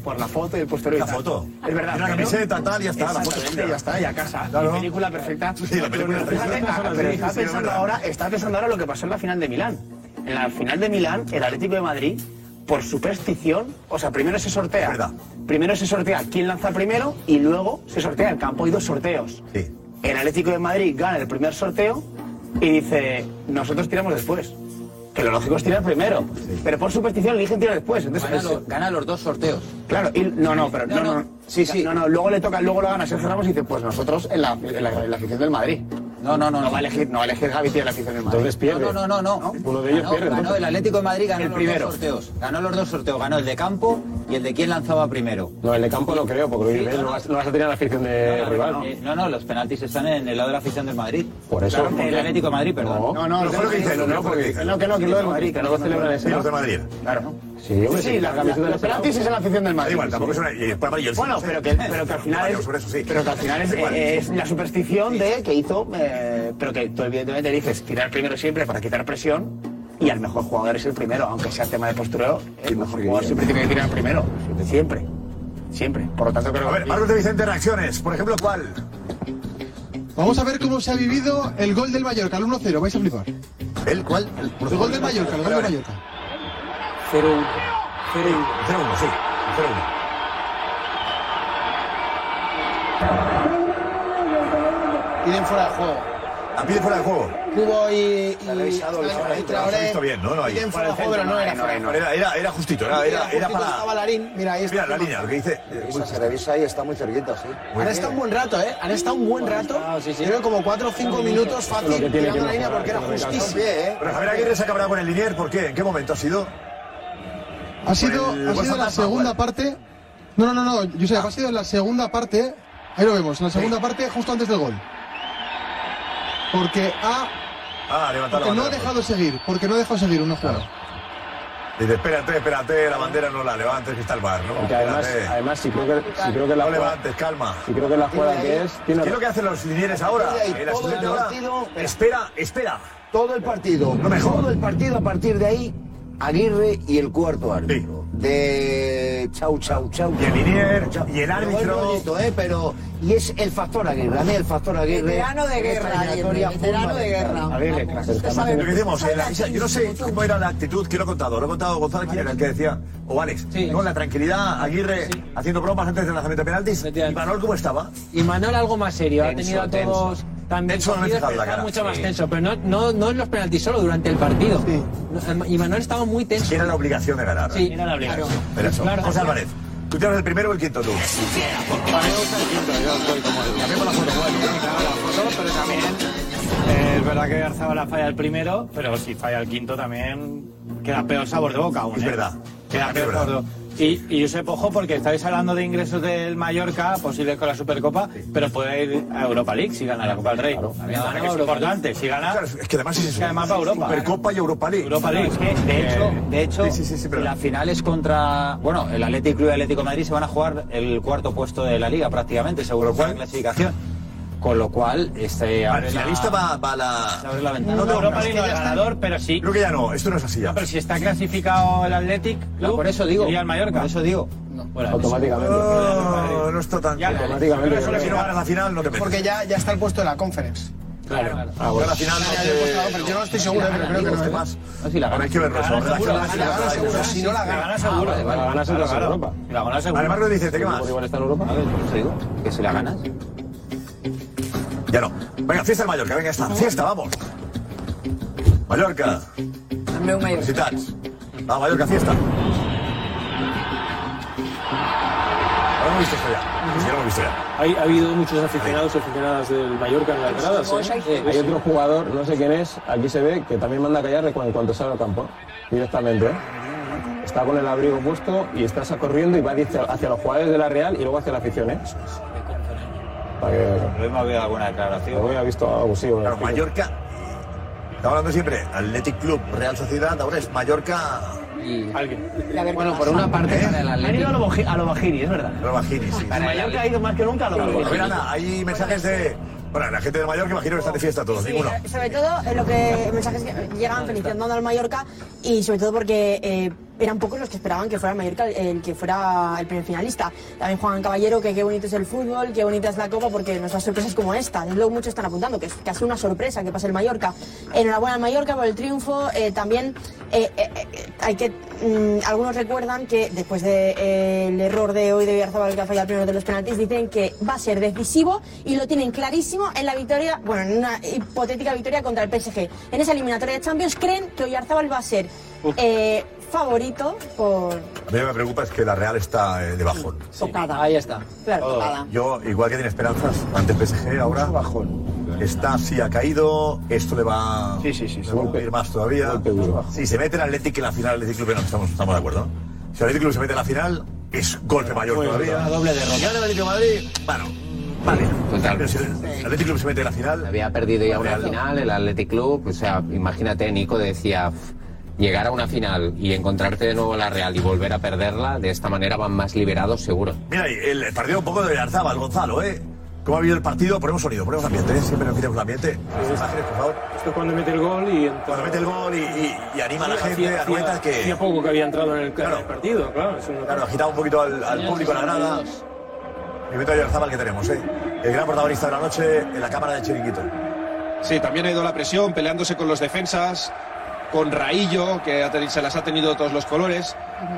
Speaker 21: por la foto y el postero.
Speaker 2: La foto.
Speaker 21: Es verdad.
Speaker 2: Una
Speaker 21: pero-
Speaker 2: camiseta, tal, ya está, la foto
Speaker 21: Exactamente,
Speaker 2: suya.
Speaker 21: ya está, ya casa.
Speaker 2: Claro.
Speaker 21: Mi película perfecta.
Speaker 2: Sí, la película
Speaker 21: Pero fíjate,
Speaker 2: perfecta.
Speaker 21: ah,
Speaker 2: Sí,
Speaker 21: Pero
Speaker 2: sí,
Speaker 21: estaba
Speaker 2: es
Speaker 21: pensando
Speaker 2: verdad.
Speaker 21: ahora, estaba pensando ahora lo que pasó en la final de Milán. En la final de Milán, el Atlético de Madrid, por superstición, o sea, primero se sortea. Primero se sortea quién lanza primero y luego se sortea el campo. Hay dos sorteos. El Atlético de Madrid gana el primer sorteo y dice, nosotros tiramos después. Que lo lógico es tirar primero. Pero por superstición eligen tirar después. Entonces,
Speaker 22: Gana lo-
Speaker 21: los dos sorteos. Claro, y, no, no, pero no, no, Sí, sí. No, no, luego le toca, luego lo gana Sergio Ramos y dice, pues nosotros en la, en la, en la afición del Madrid. No, no, no. No va a elegir, no va a elegir Gaby tiene la afición del Madrid.
Speaker 13: Entonces pierde.
Speaker 21: No, no, no, no.
Speaker 13: Uno de ellos
Speaker 21: Ganó-
Speaker 13: pierde.
Speaker 21: ganó
Speaker 13: entonces.
Speaker 21: el Atlético de Madrid, ganó
Speaker 13: El
Speaker 21: los
Speaker 13: primero.
Speaker 21: dos
Speaker 15: sorteos. Ganó los dos sorteos, ganó el de campo y el de quién lanzaba primero.
Speaker 13: No, el de campo no creo, porque
Speaker 15: Sí,
Speaker 13: ¿ves?
Speaker 15: no,
Speaker 13: no,
Speaker 15: no.
Speaker 13: vas, no vas a tener la afición de
Speaker 15: Eh,
Speaker 13: rival.
Speaker 15: eh, No, no, los penaltis están en el lado de la afición del Madrid.
Speaker 13: Por eso.
Speaker 15: Claro, el Atlético de Madrid, perdón.
Speaker 13: No, no, no fue lo que dice, no, no, porque-
Speaker 21: No, que no, que lo del Madrid, que luego celebran
Speaker 13: ese.
Speaker 2: Los de Madrid.
Speaker 21: Claro.
Speaker 13: Sí,
Speaker 21: Sí, sí, la, la, los penaltis es en la afición del Madrid.
Speaker 2: Da igual, tampoco es una- y después amarillo, el
Speaker 21: Bueno,
Speaker 2: sí,
Speaker 21: pero
Speaker 2: sí.
Speaker 21: que, pero que al final es,
Speaker 2: Sobre eso, sí.
Speaker 21: pero que al final es,
Speaker 2: Da igual.
Speaker 21: eh, es la superstición de que hizo, eh, pero que tú evidentemente dices tirar primero siempre para quitar presión y al mejor jugador es el primero, aunque sea tema de postureo, el mejor jugador siempre tiene que tirar primero, siempre, siempre. Por lo tanto creo
Speaker 2: A ver, Marcos de Vicente, reacciones. Por ejemplo, ¿cuál?
Speaker 23: Vamos a ver cómo se ha vivido el gol del Mallorca, el 1-0, vais a flipar.
Speaker 2: ¿El cuál? El,
Speaker 23: gol del Mallorca, el gol del Mallorca.
Speaker 2: 0-1. 0-1, sí. 0-1.
Speaker 8: Piden fuera de juego.
Speaker 2: La pide fuera de juego.
Speaker 8: Cubo y. y
Speaker 2: Lo has visto bien, ¿no? No, ahí.
Speaker 8: Piden fuera de juego, pero no era fuera de juego.
Speaker 2: Era, era, era justito, era, era, era
Speaker 8: Justo
Speaker 2: para...
Speaker 8: Estaba Larín, mira, ahí está.
Speaker 2: Mira la línea, lo que dice...
Speaker 13: eh,
Speaker 7: Se revisa y está muy cerquita, sí.
Speaker 8: Han estado un buen rato, ¿eh? Han estado un buen rato. Creo como 4 o 5 minutos fácil tirando la línea porque era justísimo.
Speaker 2: Pero Javier Aguirre se ha cabreado con el Linier, ¿por qué? ¿En qué momento ha sido? Pues,
Speaker 23: Ha sido,
Speaker 2: El
Speaker 23: ha
Speaker 2: gol
Speaker 23: sido la
Speaker 2: fantasma,
Speaker 23: segunda parte. No, no, no, no, Josep, ha sido la segunda parte. Ahí lo vemos, la segunda parte justo antes del gol. Porque ha,
Speaker 2: Ah, levantar la
Speaker 23: porque no ha
Speaker 2: bandera.
Speaker 23: dejado seguir, porque no ha dejado seguir una jugada.
Speaker 2: Dice, espérate, espérate, la bandera no la levantes, que está el bar, ¿no?
Speaker 13: Porque además,
Speaker 2: Espérate.
Speaker 13: además si creo que, si creo que la jugada-
Speaker 2: No levantes, calma.
Speaker 13: si creo que la jugada que es,
Speaker 2: ¿Qué
Speaker 13: tiene
Speaker 2: es lo que hacen los linieres ahora?
Speaker 7: Todo el
Speaker 2: En la siguiente hora,
Speaker 7: partido-
Speaker 2: Espera, espera.
Speaker 7: Todo el partido. Todo el partido a partir de ahí, Aguirre y el cuarto árbitro. De chau, chau, chau.
Speaker 2: Y el Linier,
Speaker 7: chau, chau.
Speaker 2: y el
Speaker 7: Pero es
Speaker 2: árbitro.
Speaker 7: bonito, ¿eh? Pero, y es el factor Aguirre. A mí el factor Aguirre.
Speaker 10: Veterano de guerra, Aguirre, veterano de guerra.
Speaker 7: Aguirre,
Speaker 2: Lo que decíamos, en la misa, yo no sé cómo era la actitud, que lo he contado, lo he contado Gonzalo, quien era el que decía, o Alex, ¿no? La tranquilidad, Aguirre haciendo bromas antes del lanzamiento de penaltis, y Manol cómo estaba.
Speaker 22: Y Manuel algo más serio, ha
Speaker 2: Tenso,
Speaker 22: tenido a
Speaker 2: tenso.
Speaker 22: todos también
Speaker 2: Tenso, no me he
Speaker 22: cogidos,
Speaker 2: fijado
Speaker 22: pero
Speaker 2: la
Speaker 22: estaba
Speaker 2: cara.
Speaker 22: mucho más
Speaker 2: Sí.
Speaker 22: tenso, pero no, no, no en los penaltis solo durante el partido. No, Y Manuel estaba muy tenso.
Speaker 2: Era la obligación de ganar.
Speaker 22: Sí, era la obligación.
Speaker 2: Pero eso,
Speaker 22: Claro.
Speaker 2: José Álvarez, tú tienes el primero o el quinto tú.
Speaker 24: Eh, es verdad que Garzabala falla el primero, pero si falla el quinto también queda peor sabor de boca aún.
Speaker 2: Es
Speaker 24: ¿eh?
Speaker 2: verdad.
Speaker 24: Queda
Speaker 2: Es
Speaker 24: peor
Speaker 2: verdad.
Speaker 24: sabor de boca. Y, y Josep, ojo, porque estáis hablando de ingresos del Mallorca, posibles con la Supercopa, pero puede ir a Europa League si gana la Copa del Rey.
Speaker 2: Claro,
Speaker 24: Ahora que
Speaker 2: Europa
Speaker 24: es
Speaker 2: League.
Speaker 24: importante, si gana.
Speaker 2: Es que además es eso.
Speaker 24: que además va a Europa.
Speaker 2: Supercopa y Europa League. Eh,
Speaker 24: Europa League.
Speaker 15: Es que, de hecho, de hecho las finales contra. Bueno, el Atlético Club y el Atlético de Madrid se van a jugar el cuarto puesto de la liga, prácticamente, seguro por la clasificación. Con lo cual, este.
Speaker 2: Vale,
Speaker 15: abre
Speaker 2: el finalista va, va a la.
Speaker 15: se abre la ventana.
Speaker 2: No, no,
Speaker 15: Europa
Speaker 2: no, es
Speaker 15: League
Speaker 2: que
Speaker 15: no
Speaker 2: ya
Speaker 15: es
Speaker 2: está.
Speaker 15: ganador,
Speaker 24: pero sí.
Speaker 2: Creo que ya no, esto no es así. ya.
Speaker 24: No, pero si está clasificado el Athletic, Club,
Speaker 15: por eso digo.
Speaker 24: iría al Mallorca.
Speaker 15: Por eso digo.
Speaker 13: Automáticamente.
Speaker 2: No, no está tan.
Speaker 13: Automáticamente.
Speaker 2: Pero solo si no ganas la final, no te metes.
Speaker 8: Porque ya, ya está el puesto de la conference.
Speaker 2: Claro, claro.
Speaker 8: Ah, bueno.
Speaker 2: Ahora al final
Speaker 8: Gana
Speaker 2: no
Speaker 8: el
Speaker 2: te-
Speaker 8: puesto, pero yo no estoy seguro, pero creo que no, ¿eh?
Speaker 2: Más.
Speaker 15: No, si la
Speaker 2: Ahora hay que verlo. eso.
Speaker 8: Gana seguro,
Speaker 2: Ahora hay que
Speaker 8: la gana
Speaker 2: verlo.
Speaker 8: seguro, si no la gana.
Speaker 24: gana
Speaker 15: Ah,
Speaker 24: seguro.
Speaker 2: vale, vale.
Speaker 24: La gana seguro.
Speaker 2: Claro,
Speaker 24: Europa. La gana seguro.
Speaker 2: Vale, Marco dice, ¿qué más?
Speaker 15: Igual está en Europa. A ver, por eso digo. Que si la ganas.
Speaker 2: Ya no. Venga, fiesta en Mallorca, venga, está. Fiesta, vamos. Mallorca.
Speaker 10: També un Mallorca.
Speaker 2: Felicitats. Va, Mallorca, fiesta. Ahora hemos visto esto ya. Sí, ya lo hemos visto ya.
Speaker 9: Hay, ha habido muchos aficionados y aficionadas del Mallorca en las gradas. ¿eh?
Speaker 13: Hay otro jugador, no sé quién es, aquí se ve, que también manda a callar de cu- en cuanto sale al campo, directamente. ¿eh? Está con el abrigo puesto y está sa- corriendo y va hacia, hacia los jugadores de la Real y luego hacia la afición. ¿eh? Para que-
Speaker 15: Lo mismo ha habido alguna declaración.
Speaker 13: Había visto algo, sí.
Speaker 2: Claro, Mallorca. Estamos hablando siempre. Athletic Club, Real Sociedad, ahora es Mallorca.
Speaker 21: Bueno, por una parte, para el Atlético. Han ido a lo, boji- a lo bajiri, es verdad.
Speaker 2: Los Bajiris, sí.
Speaker 21: El Mallorca ha ido más que nunca a lo
Speaker 2: Claro,
Speaker 21: bajiri.
Speaker 2: a ver, Ana, hay mensajes de. Bueno, la gente de Mallorca imagino que están de fiesta todos,
Speaker 25: Sí,
Speaker 2: ninguno.
Speaker 25: eh, sobre todo eh, lo que mensajes que llegan felicitando al Mallorca y sobre todo porque eh, eran pocos los que esperaban que fuera el Mallorca el, el que fuera el primer finalista. También Juan Caballero que qué bonito es el fútbol, qué bonita es la Copa porque nos da sorpresas como esta. Es lo que muchos están apuntando, que es casi una sorpresa que pase el Mallorca. Enhorabuena al Mallorca por el triunfo. eh, también eh, eh, eh, hay que mm, algunos recuerdan que después del de, eh, el error de hoy de Villarzábal que ha fallado el primero de los penaltis, dicen que va a ser decisivo y lo tienen clarísimo en la victoria, bueno, en una hipotética victoria contra el PSG. En esa eliminatoria de Champions creen que Villarzábal va a ser eh, favorito por
Speaker 2: A mí lo que me preocupa es que la Real está eh, de bajón.
Speaker 25: tocada. Ahí está. Claro, tocada.
Speaker 2: Yo, igual que tiene esperanzas, antes PSG, ahora bajón. Está así, ha caído, esto le va, sí, sí, sí, a ir más todavía. Si se mete el Atlético en la final del Atlético Club, no, estamos, estamos de acuerdo. ¿no? Si el Atlético Club se mete en la final, es golpe mayor todavía.
Speaker 11: doble derrota.
Speaker 2: Si gana el Atlético de Madrid, bueno, vale. Pero si el Atlético Club se mete en la final...
Speaker 11: Había perdido ya una final, el Athletic Club, o sea, imagínate, Nico decía, "F, llegar a una final y encontrarte de nuevo en la Real y volver a perderla, de esta manera van más liberados seguro.
Speaker 2: Mira, ahí, el partido un poco de Arzabal, Gonzalo, ¿eh? ¿Cómo ha habido el partido? Ponemos sonido, ponemos ambiente, ¿eh? siempre nos quitamos el ambiente. Las imágenes, por favor.
Speaker 9: Esto es cuando mete el gol y entra.
Speaker 2: Cuando mete el gol y, y- y anima a la
Speaker 9: Sí,
Speaker 2: gente,
Speaker 9: hacía-
Speaker 2: a cuenta
Speaker 9: hacía-
Speaker 2: que...
Speaker 9: hacía poco que había entrado en el, en el partido, claro. es una-
Speaker 2: Claro, agitaba un poquito al, al público, la grada. Y Beto Oyarzábal que tenemos, ¿eh? El gran protagonista de la noche en la cámara de Chiringuito.
Speaker 14: Sí, también ha ido la presión, peleándose con los defensas, con Raillo, que ha teni- se las ha tenido de todos los colores.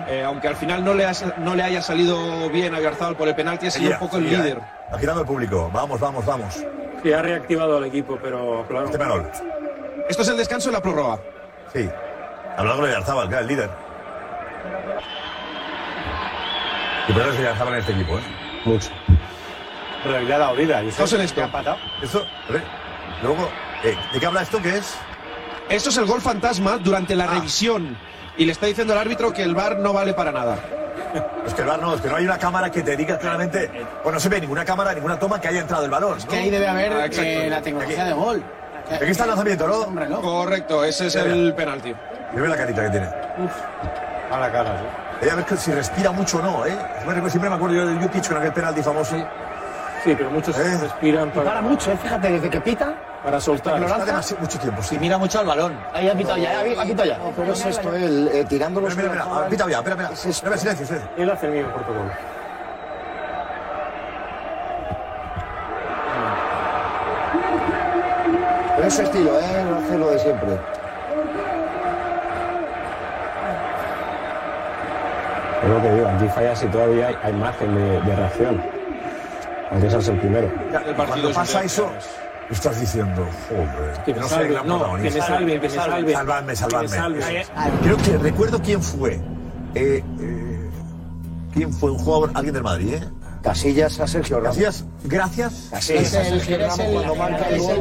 Speaker 14: Eh, aunque al final no le, ha sa- no le haya salido bien a Garzal por el penalti, ha sido
Speaker 2: Seguía,
Speaker 14: un poco el
Speaker 2: seguía,
Speaker 14: líder.
Speaker 2: ¿eh? Agitando al público. Vamos, vamos, vamos.
Speaker 9: Sí, ha reactivado al equipo, pero claro. Este
Speaker 14: Esto es el descanso de la prórroga.
Speaker 2: Sí. Hablando con Oyarzábal, Eh, que era el líder. Y por eso se Oyarzábal en este equipo, ¿eh?
Speaker 13: Mucho.
Speaker 2: Pero le ha dado vida.
Speaker 14: Estamos en esto.
Speaker 2: Esto, a ver, luego, eh, ¿de qué habla esto? ¿Qué es? Ah.
Speaker 14: Esto es el gol fantasma durante la revisión. Y le está diciendo al árbitro que el VAR no vale para nada.
Speaker 2: Es que el bar no, es que no hay una cámara que te diga claramente. Bueno, no se ve ninguna cámara, ninguna toma que haya entrado el balón.
Speaker 8: Que ahí debe haber
Speaker 2: Ah, exacto.
Speaker 8: eh, la tecnología de gol.
Speaker 2: Aquí está el lanzamiento, ¿no?
Speaker 14: Correcto, ese es
Speaker 2: Mira, mira.
Speaker 14: el penalti.
Speaker 2: Y ve la carita que tiene. A la cara, sí. a ver que si respira mucho o no, ¿eh? Siempre, siempre me acuerdo yo de Jukic con aquel penalti famoso.
Speaker 9: Sí, pero muchos respiran para...
Speaker 21: Para mucho, ¿eh? fíjate, desde que pita.
Speaker 9: Para soltar.
Speaker 21: Lo lanza.
Speaker 2: mucho tiempo, sí.
Speaker 21: mira mucho al balón. Ahí ha pitado ya, ha ha pitado ya.
Speaker 7: No, pero es esto, el, eh, tirando los
Speaker 2: Espera, espera, espera, pita ya, espera, espera. Espera, silencio, silencio.
Speaker 9: Él hace el mismo protocolo.
Speaker 7: Pero es su estilo, ¿eh? No hace lo de siempre.
Speaker 13: Es lo que digo, aquí falla si todavía hay, hay margen de, de reacción. Aunque seas el primero.
Speaker 2: Cuando pasa eso, estás diciendo, joder,
Speaker 13: Que me
Speaker 2: no
Speaker 13: salven,
Speaker 2: sé, gran
Speaker 13: no,
Speaker 2: protagonista.
Speaker 13: que me salven, que me salven.
Speaker 2: Salvadme, salvadme.
Speaker 13: Que me salven.
Speaker 2: Eso es. Creo que recuerdo quién fue. Eh, eh, ¿Quién fue un jugador? Alguien del Madrid, ¿eh?
Speaker 7: Casillas a Sergio Ramos.
Speaker 2: Gracias, gracias.
Speaker 7: Casillas a Sergio Ramos cuando marca el gol.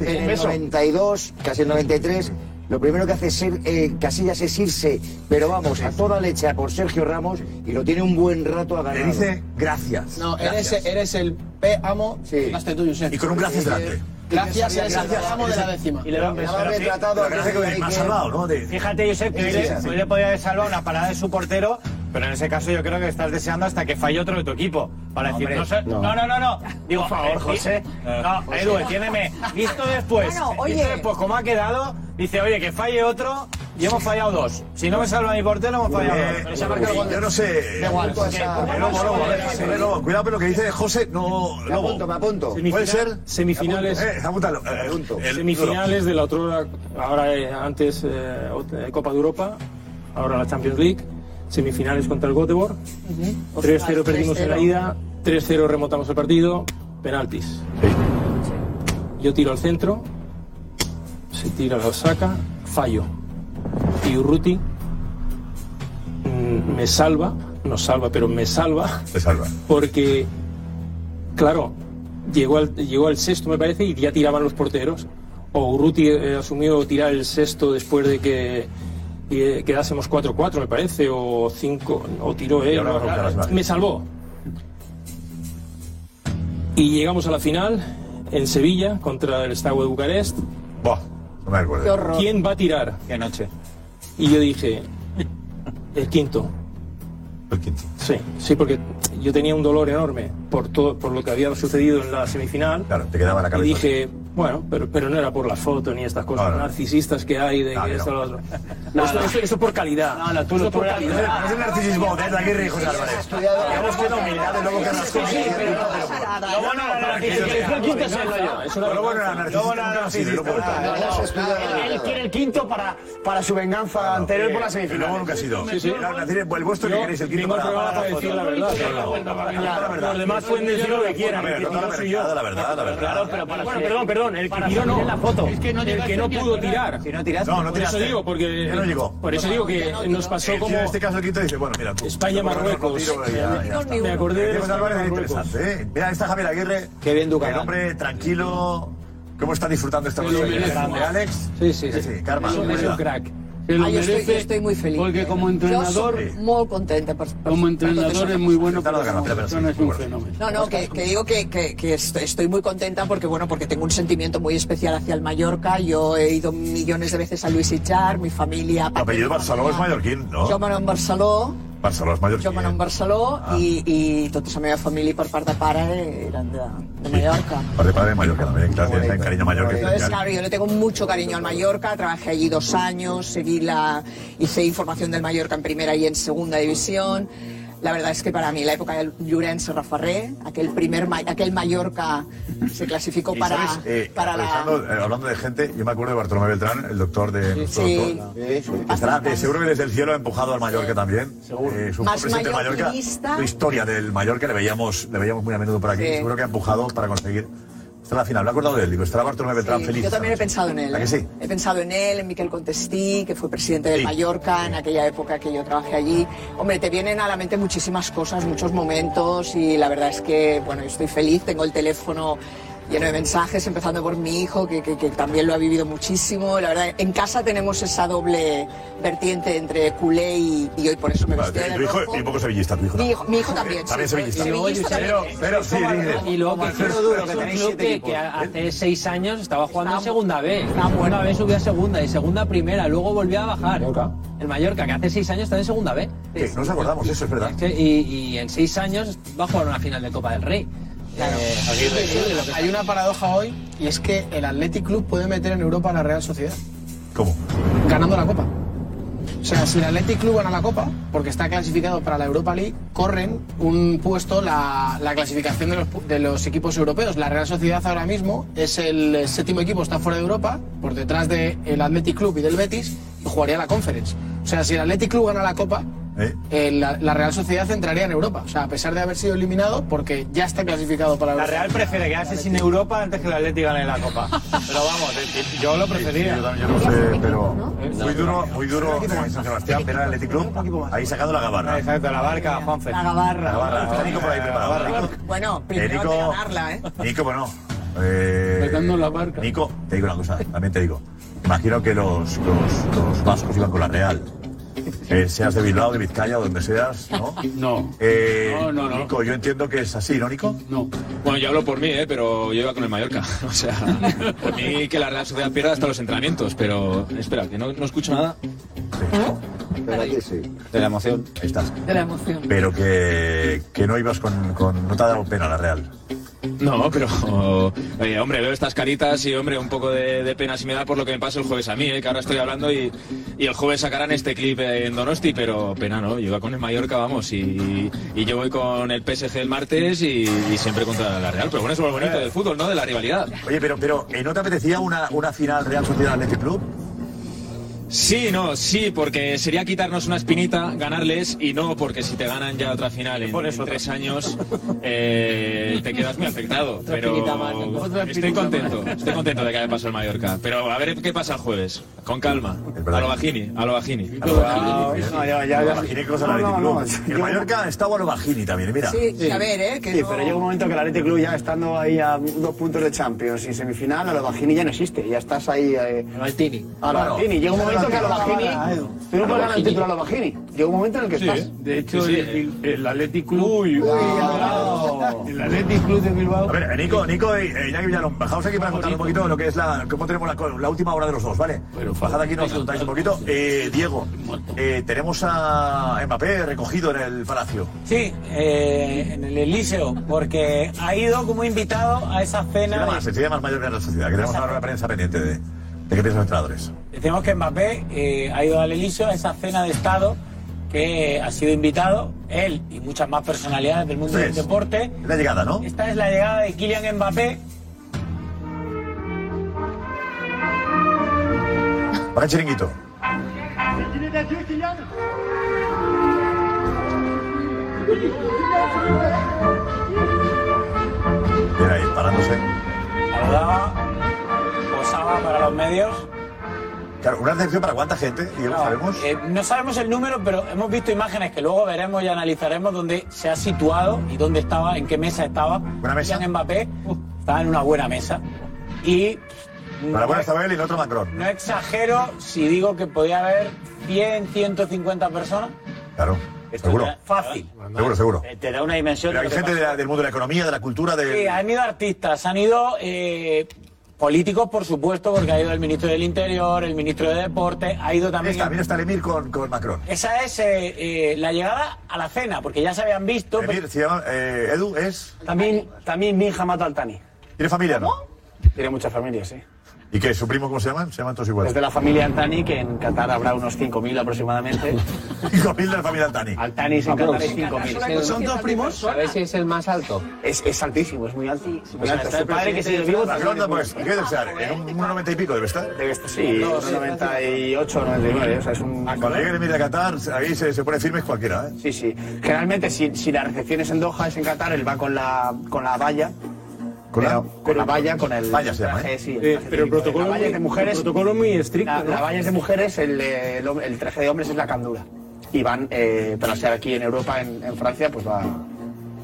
Speaker 7: En el 92, casi el 93, Lo primero que hace ser, eh, Casillas es irse, pero vamos, a toda leche a por Sergio Ramos y lo tiene un buen rato agarrado.
Speaker 2: Le dice gracias.
Speaker 8: No, eres, eres el P amo, sí. tú, Josep.
Speaker 2: Y con un gracias
Speaker 8: Dice,
Speaker 2: delante.
Speaker 8: Gracias,
Speaker 2: Y que
Speaker 8: eres
Speaker 2: sabía
Speaker 8: el
Speaker 2: que
Speaker 8: P amo de la décima.
Speaker 24: Y le da un beso. Pero sí,
Speaker 7: retratado
Speaker 24: pero
Speaker 7: a
Speaker 24: creo que
Speaker 7: Ángel
Speaker 24: me- me ha
Speaker 7: Enrique.
Speaker 24: salvado, ¿no?
Speaker 2: De-
Speaker 24: Fíjate, Josep, que hoy
Speaker 7: Sí,
Speaker 24: le,
Speaker 7: sí, sí.
Speaker 24: hoy le podía haber salvado una parada de su portero, pero en ese caso yo creo que estás deseando hasta que falle otro de tu equipo. Para No, decir, hombre, no, sé- no. no, no, no, no. Digo, Por favor, eh, José. No, José. Edu, entiéndeme. Visto después, Bueno, visto oye. después cómo ha quedado, dice, oye, que falle otro y hemos fallado dos. Si no me salva mi portero, hemos fallado
Speaker 2: Eh,
Speaker 24: dos. Pero se ha marcado el gol.
Speaker 2: yo no sé.
Speaker 24: Da igual.
Speaker 2: Eh, Lobo, Lobo, a ver, a ver, Lobo, Cuidado con lo que dice José. No,
Speaker 7: Me apunto, me apunto.
Speaker 2: ¿Puede ser?
Speaker 9: Semifinales.
Speaker 2: Eh, apúntalo. eh, el-
Speaker 9: Semifinales de la otra, ahora eh, antes eh, ot- eh, Copa de Europa, ahora la Champions League, semifinales contra el Göteborg, 3-0 perdimos en la ida, 3-0 remontamos el partido, penaltis. Yo tiro al centro, se tira, lo saca, fallo. Y Urruti mm, me salva, no salva, pero me salva.
Speaker 2: Se salva.
Speaker 9: Porque, claro, llegó al, llegó al sexto, me parece, y ya tiraban los porteros. O Urruti eh, asumió tirar el sexto después de que eh, quedásemos 4-4, me parece, o 5, o tiró
Speaker 2: Y
Speaker 9: él.
Speaker 2: ahora va a contar las manos.
Speaker 9: me salvó. Y llegamos a la final en Sevilla contra el Stago de Bucarest.
Speaker 2: Buah, no me acuerdo.
Speaker 9: ¿Quién va a tirar?
Speaker 24: Qué noche.
Speaker 9: Y yo dije, el quinto.
Speaker 2: El quinto.
Speaker 9: Sí, sí, porque yo tenía un dolor enorme por todo, por lo que había sucedido en la semifinal.
Speaker 2: Claro, te quedaba la cabeza.
Speaker 9: Y dije, bueno, pero, pero no era por las fotos ni estas cosas
Speaker 2: No, no.
Speaker 9: narcisistas que hay de que esto, lo otro.
Speaker 2: No,
Speaker 9: Esto-
Speaker 2: no.
Speaker 9: esto- esto por calidad. No, no,
Speaker 2: tú lo- tú eras- No es el narcisismo, ¿eh? De Aguirre y José Álvarez. Hemos quedado humildad de Lobo Carrasco.
Speaker 9: Sí, sí, pero-
Speaker 2: Lobo no era narcisista. Lobo no era narcisista, nunca ha sido, Lobo era-
Speaker 21: Él quiere el quinto para, para su venganza anterior por la
Speaker 2: El Lobo
Speaker 21: semifinal.
Speaker 2: nunca ha sido. La- la tiene- El vuestro que queréis, el quinto para para la foto.
Speaker 9: Los demás pueden decir lo que quieran. el que tiró soy yo.
Speaker 2: La verdad, la verdad.
Speaker 9: Bueno, perdón, perdón, el que tiró no. el que no pudo tirar.
Speaker 2: No, no
Speaker 9: Por eso
Speaker 2: tiraste.
Speaker 9: digo, porque.
Speaker 2: Ya no llegó.
Speaker 9: Por eso digo que nos pasó
Speaker 2: Eh,
Speaker 9: como.
Speaker 2: En este caso el quinto dice, bueno, mira tú.
Speaker 9: España,
Speaker 2: Yo por lo menos no
Speaker 9: Marruecos.
Speaker 2: tiro, ya- ya está.
Speaker 9: Me acordé de
Speaker 2: Diego
Speaker 9: España,
Speaker 2: Álvarez es
Speaker 9: Marruecos.
Speaker 2: interesante, ¿eh? Mira, ahí está Javier Aguirre.
Speaker 9: Qué bien Ducatán.
Speaker 2: El hombre tranquilo. ¿Cómo está disfrutando esta
Speaker 9: Me
Speaker 2: noche?
Speaker 9: lo merezco.
Speaker 2: ¿Eh, Alex?
Speaker 9: Sí, sí,
Speaker 2: sí. Karma.
Speaker 9: Es un- es un crack.
Speaker 6: Se lo
Speaker 10: Ah, yo estoy,
Speaker 6: merece,
Speaker 10: yo estoy muy feliz.
Speaker 6: porque como
Speaker 10: Yo
Speaker 6: entrenador-
Speaker 10: soy muy contenta. por- por-
Speaker 6: Como entrenador es muy bueno,
Speaker 2: Está la
Speaker 6: pero
Speaker 2: garra,
Speaker 6: como
Speaker 2: espera, espera,
Speaker 6: persona
Speaker 2: sí,
Speaker 6: es un
Speaker 2: bueno.
Speaker 6: fenómeno.
Speaker 10: No, no, que, que digo que, que- que estoy, estoy muy contenta porque, bueno, porque tengo un sentimiento muy especial hacia el Mallorca. Yo he ido millones de veces a Luis Ichar, mi familia.
Speaker 2: Tu apellido Barceló es mallorquín, ¿no?
Speaker 10: Jo mano en Barceló,
Speaker 2: Barceló es mallorquín.
Speaker 10: jo mano en Barceló
Speaker 2: Ah.
Speaker 10: i, i tota la meva família per part de pare eren de, de Mallorca.
Speaker 2: Padre, padre de Mallorca también, claro, tiene ese cariño a Mallorca.
Speaker 10: Entonces,
Speaker 2: especial.
Speaker 10: claro, yo le tengo mucho cariño al Mallorca, trabajé allí dos años, seguí la, hice información del Mallorca en primera y en segunda división. La verdad es que para mí la época de Llorenç Rafarré, aquel primer Ma- aquel Mallorca se clasificó
Speaker 2: Y,
Speaker 10: para,
Speaker 2: ¿sabes? Eh,
Speaker 10: para la...
Speaker 2: aprovechando, eh, hablando de gente, yo me acuerdo de Bartolomé Beltrán, el doctor de nuestro
Speaker 10: Sí.
Speaker 2: doctor, Eh, que estará, que seguro que desde el cielo ha empujado al Mallorca también. Seguro. su
Speaker 10: Más
Speaker 2: presidente de Mallorca,
Speaker 10: mallorquinista.
Speaker 2: su historia del Mallorca le veíamos, le veíamos muy a menudo por aquí.
Speaker 10: Sí.
Speaker 2: Seguro que ha empujado para conseguir. Está la final, me he acordado de él. Digo, estará Bartolomé Beltrán
Speaker 10: Sí,
Speaker 2: feliz.
Speaker 10: Yo también he pensado en él.
Speaker 2: ¿A que
Speaker 10: eh?
Speaker 2: sí?
Speaker 10: He pensado en él, en Miquel Contestí, que fue presidente del Mallorca en aquella época que yo trabajé allí. Hombre, te vienen a la mente muchísimas cosas, muchos momentos y la verdad es que, bueno, yo estoy feliz, tengo el teléfono lleno de mensajes, empezando por mi hijo, que, que- que también lo ha vivido muchísimo. La verdad, en casa tenemos esa doble vertiente entre culé y, y hoy por eso me
Speaker 2: Vale,
Speaker 10: vestí de
Speaker 2: tu hijo
Speaker 10: rojo.
Speaker 2: y un poco sevillista, tu hijo.
Speaker 10: Mi
Speaker 2: también.
Speaker 10: hijo, mi hijo también.
Speaker 2: También
Speaker 10: sí,
Speaker 2: sevillista.
Speaker 10: sevillista
Speaker 2: pero,
Speaker 10: también.
Speaker 2: pero sí, dice.
Speaker 22: Y luego que
Speaker 2: Pero-
Speaker 22: es duro, que
Speaker 2: pero-
Speaker 22: tenéis un club que, que hace seis años estaba jugando en
Speaker 10: Está-
Speaker 22: segunda B.
Speaker 10: está
Speaker 22: Una
Speaker 10: muerto.
Speaker 22: vez subía a segunda y segunda a primera, luego volvió a bajar. El Mallorca, que hace seis años está en segunda B.
Speaker 2: Sí, nos acordamos, eso es verdad.
Speaker 22: Es que- y, y en seis años va a jugar una final de Copa del Rey. Eh, Aguirre, sí, lo que-
Speaker 8: Hay una paradoja hoy y es que el Athletic Club puede meter en Europa a la Real Sociedad.
Speaker 2: ¿Cómo?
Speaker 8: Ganando la Copa. O sea, si el Athletic Club gana la Copa, porque está clasificado para la Europa League, corren un puesto la, la clasificación de los, pu- de los equipos europeos. La Real Sociedad ahora mismo es el eh, séptimo equipo, está fuera de Europa, por detrás del Athletic Club y del Betis, y jugaría la Conference. O sea, si el Athletic Club gana la Copa,
Speaker 2: ¿Eh?
Speaker 8: eh, la, la Real Sociedad entraría en Europa. O sea, a pesar de haber sido eliminado, porque ya está clasificado para
Speaker 24: La
Speaker 8: Europa.
Speaker 24: Real prefiere quedarse sin Europa antes que el Atlético gane la Copa. Pero vamos, yo lo preferiría.
Speaker 2: Yo también, yo no sé, pero muy duro, muy duro como en San Sebastián, ver al Athletic Club, ahí sacado la gabarra.
Speaker 24: Exacto, la barca, Juanfe.
Speaker 10: La gabarra.
Speaker 2: La gabarra, está Nico por ahí preparado. Nico,
Speaker 10: Bueno, primero hay que
Speaker 2: Nico.
Speaker 10: ganarla, ¿eh?
Speaker 2: Nico, bueno. Eh,
Speaker 6: Sacando la barca.
Speaker 2: Nico, te digo una cosa, también te digo. Imagino que los, los, los vascos iban con la Real. Eh, seas de Bilbao, de Vizcaya, donde seas, ¿no?
Speaker 6: No.
Speaker 2: Eh,
Speaker 6: No, no, no.
Speaker 2: Nico, yo entiendo que es así, ¿no, Nico?
Speaker 6: No.
Speaker 14: Bueno, yo hablo por mí, ¿eh? pero yo iba con el Mallorca. O sea, por mí que la Real Sociedad pierda hasta los entrenamientos, pero espera, que no, no escucho nada.
Speaker 2: De la emoción. Ahí estás.
Speaker 10: De la emoción.
Speaker 2: Pero que, que no ibas con, con. No te ha dado pena la Real.
Speaker 14: No, pero eh, hombre, veo estas caritas y hombre, un poco de, de pena si me da por lo que me pasa el jueves a mí, eh, que ahora estoy hablando y, y el jueves sacarán este clip eh, en Donosti, pero pena no, yo iba con el Mallorca, vamos, y, y yo voy con el PSG el martes y, y siempre contra la Real, pero bueno, eso es lo bonito del fútbol, ¿no? De la rivalidad.
Speaker 2: Eh. Oye, pero, pero ¿eh, ¿no te apetecía una, una final Real Sociedad Athletic Club?
Speaker 14: Sí, no, sí, porque sería quitarnos una espinita, ganarles, y no porque si te ganan ya otra final en, en tres años, eh, te quedas muy afectado.
Speaker 24: Otra espinita más, ¿no?
Speaker 14: Pero
Speaker 24: Otra
Speaker 14: estoy
Speaker 24: espinita
Speaker 14: contento,
Speaker 24: más.
Speaker 14: estoy contento de que haya pasado el Mallorca. Pero a ver qué pasa el jueves, con calma. A lo bajini, a lo bajini.
Speaker 2: No, ya, ya, ya. Bajini cosa la Athletic Club. El Mallorca estaba a lo bajini también, mira.
Speaker 10: Sí,
Speaker 2: pero
Speaker 10: pero
Speaker 2: llega
Speaker 10: llega
Speaker 21: un momento ¿eh? que el Athletic Club ya estando ahí a dos puntos de Champions y semifinal, a lo Bajini ya no existe, ya estás ahí. Eh, a Bajini. A
Speaker 24: Claro.
Speaker 21: Bajini. Llega un momento que a lo Bajini. Tú no puedes ganar el título a lo Bajini. Llega un momento en el que
Speaker 6: Sí,
Speaker 21: estás.
Speaker 6: de hecho,
Speaker 21: Sí, sí,
Speaker 6: el, el, el Athletic Club. El Athletic Club de Bilbao.
Speaker 2: A ver, eh, Nico, Nico y eh, Iñaki Villalón, bajaos aquí para contar un poquito lo que es la. cómo tenemos la, co- la última hora de los dos, ¿vale? Bajad aquí y nos contáis un poquito. Eh, Diego, eh, tenemos a Mbappé recogido en el palacio.
Speaker 12: Sí, eh, en el Elíseo, porque ha ido como invitado a esa
Speaker 2: Se
Speaker 12: cena.
Speaker 2: llama
Speaker 12: de-
Speaker 2: más, se llama más mayor que la sociedad, que tenemos una hora de prensa pendiente de, de qué piensan los entrenadores.
Speaker 12: Decimos que Mbappé eh, ha ido al Elíseo a esa cena de Estado que ha sido invitado él y muchas más personalidades del mundo del deporte.
Speaker 2: La llegada, ¿no?
Speaker 12: Esta es la llegada de Kylian Mbappé.
Speaker 2: Para el chiringuito. Mira ahí, parándose.
Speaker 12: Saludaba, posaba para los medios.
Speaker 2: Claro, una recepción para cuánta gente, Diego, sabemos.
Speaker 12: Eh, no sabemos el número, pero hemos visto imágenes que luego veremos y analizaremos dónde se ha situado y dónde estaba, en qué mesa estaba. Buena mesa. Mbappé estaba en una buena mesa. Y.
Speaker 2: Para buena estaba él y el otro Macron.
Speaker 12: No exagero si digo que podía haber 100, 150 personas.
Speaker 2: Claro, seguro.
Speaker 12: Fácil.
Speaker 2: Seguro, seguro.
Speaker 6: Eh.
Speaker 12: Eh, Te da una dimensión.
Speaker 2: Pero hay gente de la- del mundo de la economía, de la cultura,
Speaker 12: Sí,
Speaker 2: de...
Speaker 12: han ido artistas, han ido eh, políticos, por supuesto, porque ha ido el ministro del Interior, el ministro de Deportes, ha ido también.
Speaker 2: Está, mira, está el Emir con, con Macron.
Speaker 12: Esa es eh, eh, la llegada a la cena, porque ya se habían visto. pero-
Speaker 2: Emir, se llama, eh, Edu, es...
Speaker 21: También, también Minja mata al Tani.
Speaker 2: ¿Tiene familia, no?
Speaker 21: Tiene muchas familias, sí.
Speaker 2: ¿Y qué? ¿Su primo cómo se llaman? Se llaman todos iguales.
Speaker 21: Desde la familia Altani, que en Qatar habrá unos 5.000 aproximadamente.
Speaker 2: 5.000 de la familia Altani.
Speaker 21: Altani en Qatar hay 5.000.
Speaker 11: ¿Sabes si es el más alto?
Speaker 21: Es, es altísimo, es muy alto. Es muy alto. Su Pues padre que sigue vivo
Speaker 2: Macron,
Speaker 21: también es muy
Speaker 2: pues, ¿qué debe ser? ¿En un 1,90 y pico debe estar?
Speaker 21: Debe estar, sí,
Speaker 2: No,
Speaker 21: unos 98, 99, o sea, es un...
Speaker 2: Cuando llegue el Emir de Qatar, ahí se, se pone firmes cualquiera, ¿eh?
Speaker 21: Sí, sí. Generalmente, si, si la recepción es en Doha, es en Qatar, él va con la, con la valla.
Speaker 2: ¿Con la,
Speaker 21: con la valla, con el...
Speaker 2: Valla se llama,
Speaker 21: traje, sí, el
Speaker 9: Eh,
Speaker 21: traje
Speaker 9: pero el
Speaker 21: típico.
Speaker 9: protocolo
Speaker 21: La valla
Speaker 9: muy-
Speaker 21: es de mujeres...
Speaker 9: el protocolo es muy estricto,
Speaker 21: La,
Speaker 9: ¿no?
Speaker 21: la valla es de mujeres, el, eh, el, hom- el traje de hombres es la candura. Y van, eh, para ser aquí en Europa, en, en Francia, pues va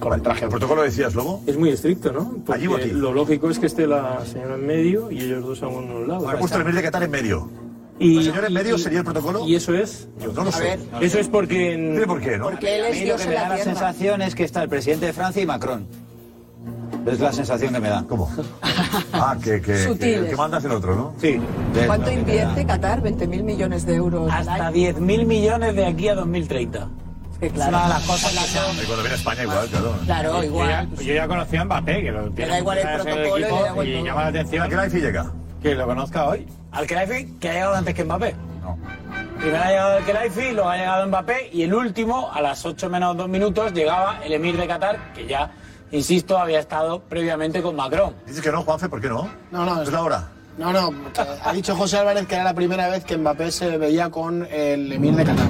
Speaker 21: con el traje.
Speaker 2: ¿El protocolo decías, Lobo?
Speaker 9: Es muy estricto, ¿no? Porque
Speaker 2: Allí o aquí.
Speaker 9: Lo lógico es que esté la señora en medio y ellos dos a unos lados.
Speaker 2: Ahora, puesto el Emir de Qatar en medio.
Speaker 9: Y,
Speaker 2: ¿El señor en medio sería el protocolo?
Speaker 9: ¿Y eso es?
Speaker 2: Yo no lo
Speaker 9: A
Speaker 2: sé.
Speaker 9: ver. Eso es porque...
Speaker 2: ¿Tiene por qué, no?
Speaker 15: a mí lo que me da la sensación es que está el presidente de Francia y Macron. Es la sensación que me da.
Speaker 2: ¿Cómo? Ah, que, que, que
Speaker 10: Sutiles.
Speaker 2: el que manda es el otro, ¿no?
Speaker 15: Sí.
Speaker 10: ¿Cuánto invierte Qatar? 20.000 millones de euros.
Speaker 12: Hasta 10.000 millones de aquí a 2030.
Speaker 10: Es que
Speaker 12: Es
Speaker 10: claro.
Speaker 12: una de las cosas que son-
Speaker 2: Y cuando viene a España igual, claro.
Speaker 10: Claro, igual.
Speaker 24: Yo ya, yo ya conocí a Mbappé, que lo tiene
Speaker 12: igual el
Speaker 24: en
Speaker 12: protocolo, le da
Speaker 24: equipo
Speaker 12: igual
Speaker 24: y
Speaker 12: todo.
Speaker 24: llama la atención.
Speaker 2: ¿A qué hora dice llega?
Speaker 24: Que lo conozca hoy.
Speaker 12: Al Kelaifi, que ha llegado antes que Mbappé. No. Primero ha llegado el Kelaifi, luego ha llegado Mbappé y el último, a las 8 menos 2 minutos, llegaba el emir de Qatar, que ya, insisto, había estado previamente con Macron.
Speaker 2: Dices que no, Juanfe, ¿por qué no?
Speaker 8: No, no.
Speaker 2: Es la hora.
Speaker 8: No, no, que ha dicho José Álvarez que era la primera vez que Mbappé se veía con el Emir de Qatar.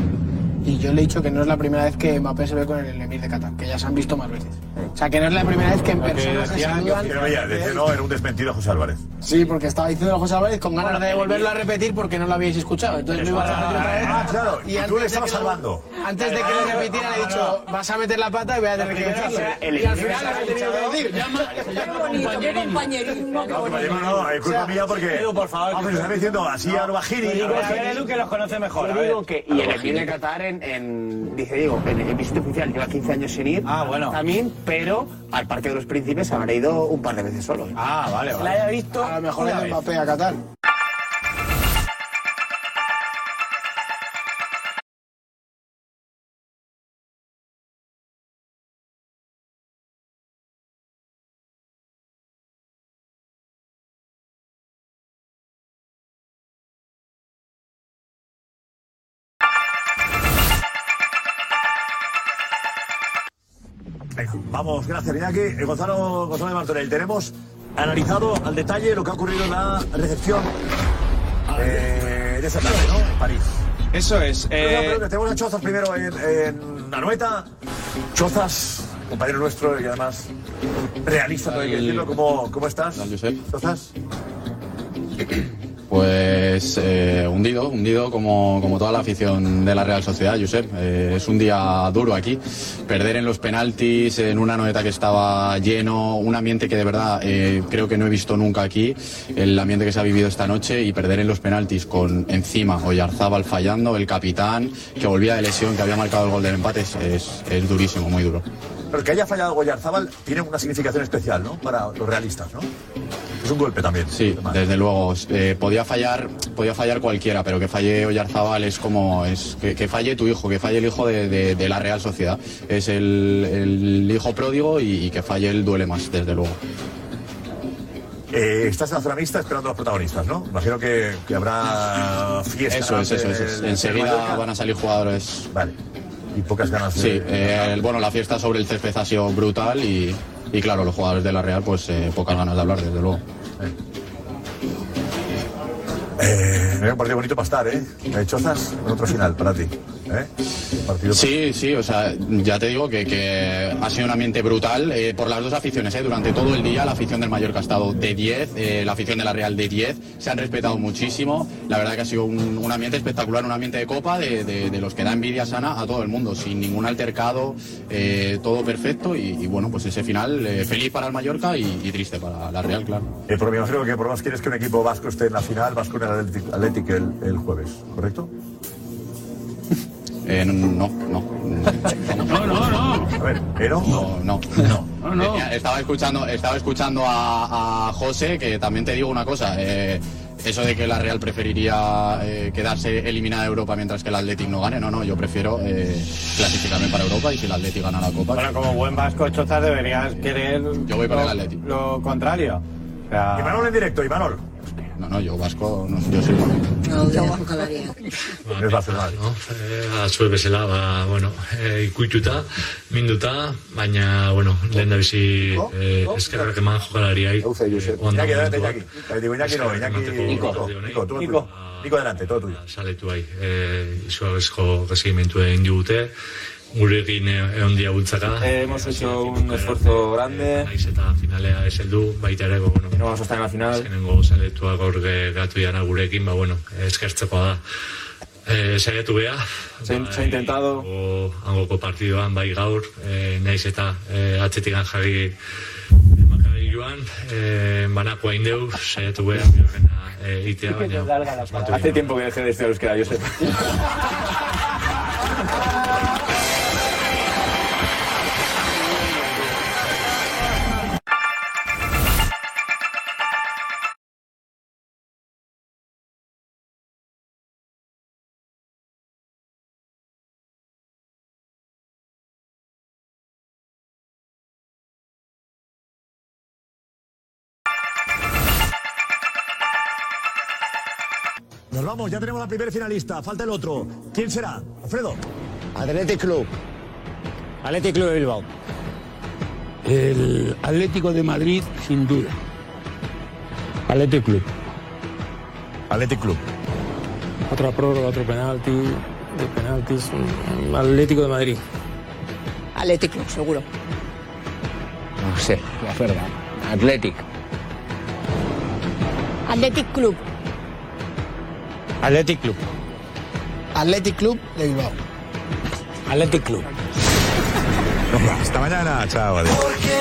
Speaker 8: Y yo le he dicho que no es la primera vez que Mbappé se ve con el Emir de Qatar, que ya se han visto más veces. O sea, que no es la primera vez que en
Speaker 2: Porque
Speaker 8: persona se
Speaker 2: decían-
Speaker 8: saludan.
Speaker 2: Pero veía, decía, no, era un desmentido a José Álvarez.
Speaker 8: Sí, porque estaba diciendo José Álvarez con ganas
Speaker 2: Bueno,
Speaker 8: de
Speaker 2: el-
Speaker 8: volverlo a repetir porque no lo habéis escuchado. Entonces me iba a repetir otra vez.
Speaker 2: Ah, claro, y tú
Speaker 8: antes
Speaker 2: le
Speaker 8: de
Speaker 2: estabas
Speaker 8: que lo-
Speaker 2: salvando.
Speaker 8: Antes de que lo repitiera, he dicho, vas a meter la pata y voy a tener que decirlo. Y al final lo he tenido que decir.
Speaker 10: compañerismo,
Speaker 2: No, compañero, no, es culpa mía porque.
Speaker 24: Edu, por favor.
Speaker 2: Vamos, están diciendo así a Arbajini.
Speaker 24: Lo digo, a ver, Edu, que los conoce mejor. Yo a ver. digo que, y el Emir de Qatar, en, en- dice Diego, en el visita oficial lleva 15 años sin ir. Ah, bueno. También, pero al Parque de los Príncipes habrá ido un par de veces solo. Ah, vale,
Speaker 8: vale.
Speaker 24: haya visto.
Speaker 8: A lo mejor le da papel a Qatar.
Speaker 2: Venga, Vamos, gracias, Iñaki. Eh, Gonzalo, Gonzalo de Martorell, tenemos analizado al detalle lo que ha ocurrido en la recepción eh, de esa tarde, ¿no? En París.
Speaker 14: Eso es.
Speaker 2: Pero,
Speaker 14: eh,
Speaker 2: pero que tenemos a Chozas primero en, en Anoeta. Chozas, compañero nuestro y además realista, no hay que decirlo. ¿Cómo, cómo estás? Chozas.
Speaker 5: Pues eh, hundido, hundido como, como toda la afición de la Real Sociedad, Josep. Eh, es un día duro aquí. Perder en los penaltis, en una noeta que estaba lleno, un ambiente que de verdad eh, creo que no he visto nunca aquí, el ambiente que se ha vivido esta noche y perder en los penaltis con encima Oyarzábal fallando, el capitán que volvía de lesión, que había marcado el gol del empate, es- es, es durísimo, muy duro.
Speaker 2: Pero que haya fallado Goyarzábal tiene una significación especial, ¿no? Para los realistas, ¿no? Es un golpe también.
Speaker 5: Sí, desde luego. Eh, podía fallar, podía fallar cualquiera, pero que falle Oyarzabal es como es que, que falle tu hijo, que falle el hijo de, de- de la Real Sociedad. Es el, el hijo pródigo y, y que falle él duele más, desde luego.
Speaker 2: Eh, estás en la zona mixta esperando a los protagonistas, ¿no? Imagino que, que habrá fiesta.
Speaker 5: Eso es, eso es. eso es.
Speaker 2: del- del
Speaker 5: Enseguida
Speaker 2: Mallorca.
Speaker 5: van a salir jugadores.
Speaker 2: Vale. Y pocas ganas. de-
Speaker 5: Sí, eh, el- bueno, la fiesta sobre el césped ha sido brutal y, y claro, los jugadores de la Real, pues eh, pocas ganas de hablar, desde luego.
Speaker 2: Eh, era un partido bonito para estar, ¿eh? Eh, Chozas, en otro final para ti. ¿eh?
Speaker 5: Sí, sí, o sea, ya te digo que, que ha sido un ambiente brutal eh, por las dos aficiones. eh, durante todo el día la afición del Mallorca ha estado de 10, eh, la afición de la Real de 10, se han respetado muchísimo. La verdad que ha sido un, un ambiente espectacular, un ambiente de copa de, de- de los que da envidia sana a todo el mundo, sin ningún altercado, eh, todo perfecto y, y bueno, pues ese final eh, feliz para el Mallorca y- y triste para la Real, claro.
Speaker 2: Eh, por lo menos creo que por lo menos quieres que un equipo vasco esté en la final, vasco en el Athletic, Athletic el, el jueves, ¿correcto?
Speaker 5: Eh, no, no, no. No, no, no.
Speaker 2: A ver, ¿pero?
Speaker 5: No, no. Tenía- estaba escuchando, estaba escuchando a, a José, que también te digo una cosa. eh, eso de que la Real preferiría eh, quedarse eliminada de Europa mientras que el Atlético no gane, no, no, yo prefiero eh, clasificarme para Europa y si el Atlético gana la Copa.
Speaker 15: Bueno, como buen vasco, Chozas, deberías querer.
Speaker 5: Yo voy con
Speaker 15: lo-
Speaker 5: el Atleti.
Speaker 15: Lo contrario. O sea,
Speaker 2: Imanol en directo, Imanol.
Speaker 5: No, no, yo vasco, no, yo soy bueno.
Speaker 3: No, yo vasco lo haría.
Speaker 2: Ez da zer
Speaker 26: Ba, no? E, Azuek bezala, ba, bueno, e, ikuituta, minduta, baina, bueno, lehen da bizi
Speaker 2: Oh,
Speaker 26: e, eskerrak eman jokalariai. Eh, ondo
Speaker 2: Iñaki, adelante,
Speaker 26: momentuak.
Speaker 2: Iñaki. Eh, digo, Iñaki no, Iñaki.
Speaker 26: Nico.
Speaker 2: Nico, Nico, tú, Nico. Nico, adelante, todo tuyo.
Speaker 26: saletu bai, e, izugarrizko gazimentu egin digute, gurekin eh, egon dia bultzaka.
Speaker 27: Eh, hemos hecho un esfuerzo grande.
Speaker 26: eh, Naiz eta finalea ez heldu, baita ere, ba, bueno.
Speaker 27: No vamos a estar en la final.
Speaker 26: Azkenengo saletua gaur ge- gatu jana gurekin, ba, bueno, eskertzekoa da. Eh, saiatu beha. Se,
Speaker 27: se ha intentado.
Speaker 26: Angoko partidoan, bai gaur, eh, naiz eta eh, atzetikan jarri Maccabi joan, eh, banako hain deu, saiatu beha, bigarrena, eh, itea, baina...
Speaker 27: Hace tiempo que dejé de estudiar euskera, Josep.
Speaker 2: Nos vamos, ya tenemos la primera finalista, falta el otro. ¿Quién será? Alfredo.
Speaker 7: Athletic Club.
Speaker 15: Athletic Club de Bilbao.
Speaker 28: El Atlético de Madrid, sin duda. Atlético Club.
Speaker 2: Atlético Club.
Speaker 9: Otra prórroga, otro penalti, de mm, penaltis, un- un Atlético de Madrid.
Speaker 10: Atlético, seguro.
Speaker 9: Sí, es verdad. Athletic.
Speaker 10: Athletic Club.
Speaker 9: Athletic Club.
Speaker 8: Athletic Club de Bilbao.
Speaker 9: Athletic Club.
Speaker 12: Hasta mañana, chao. adiós.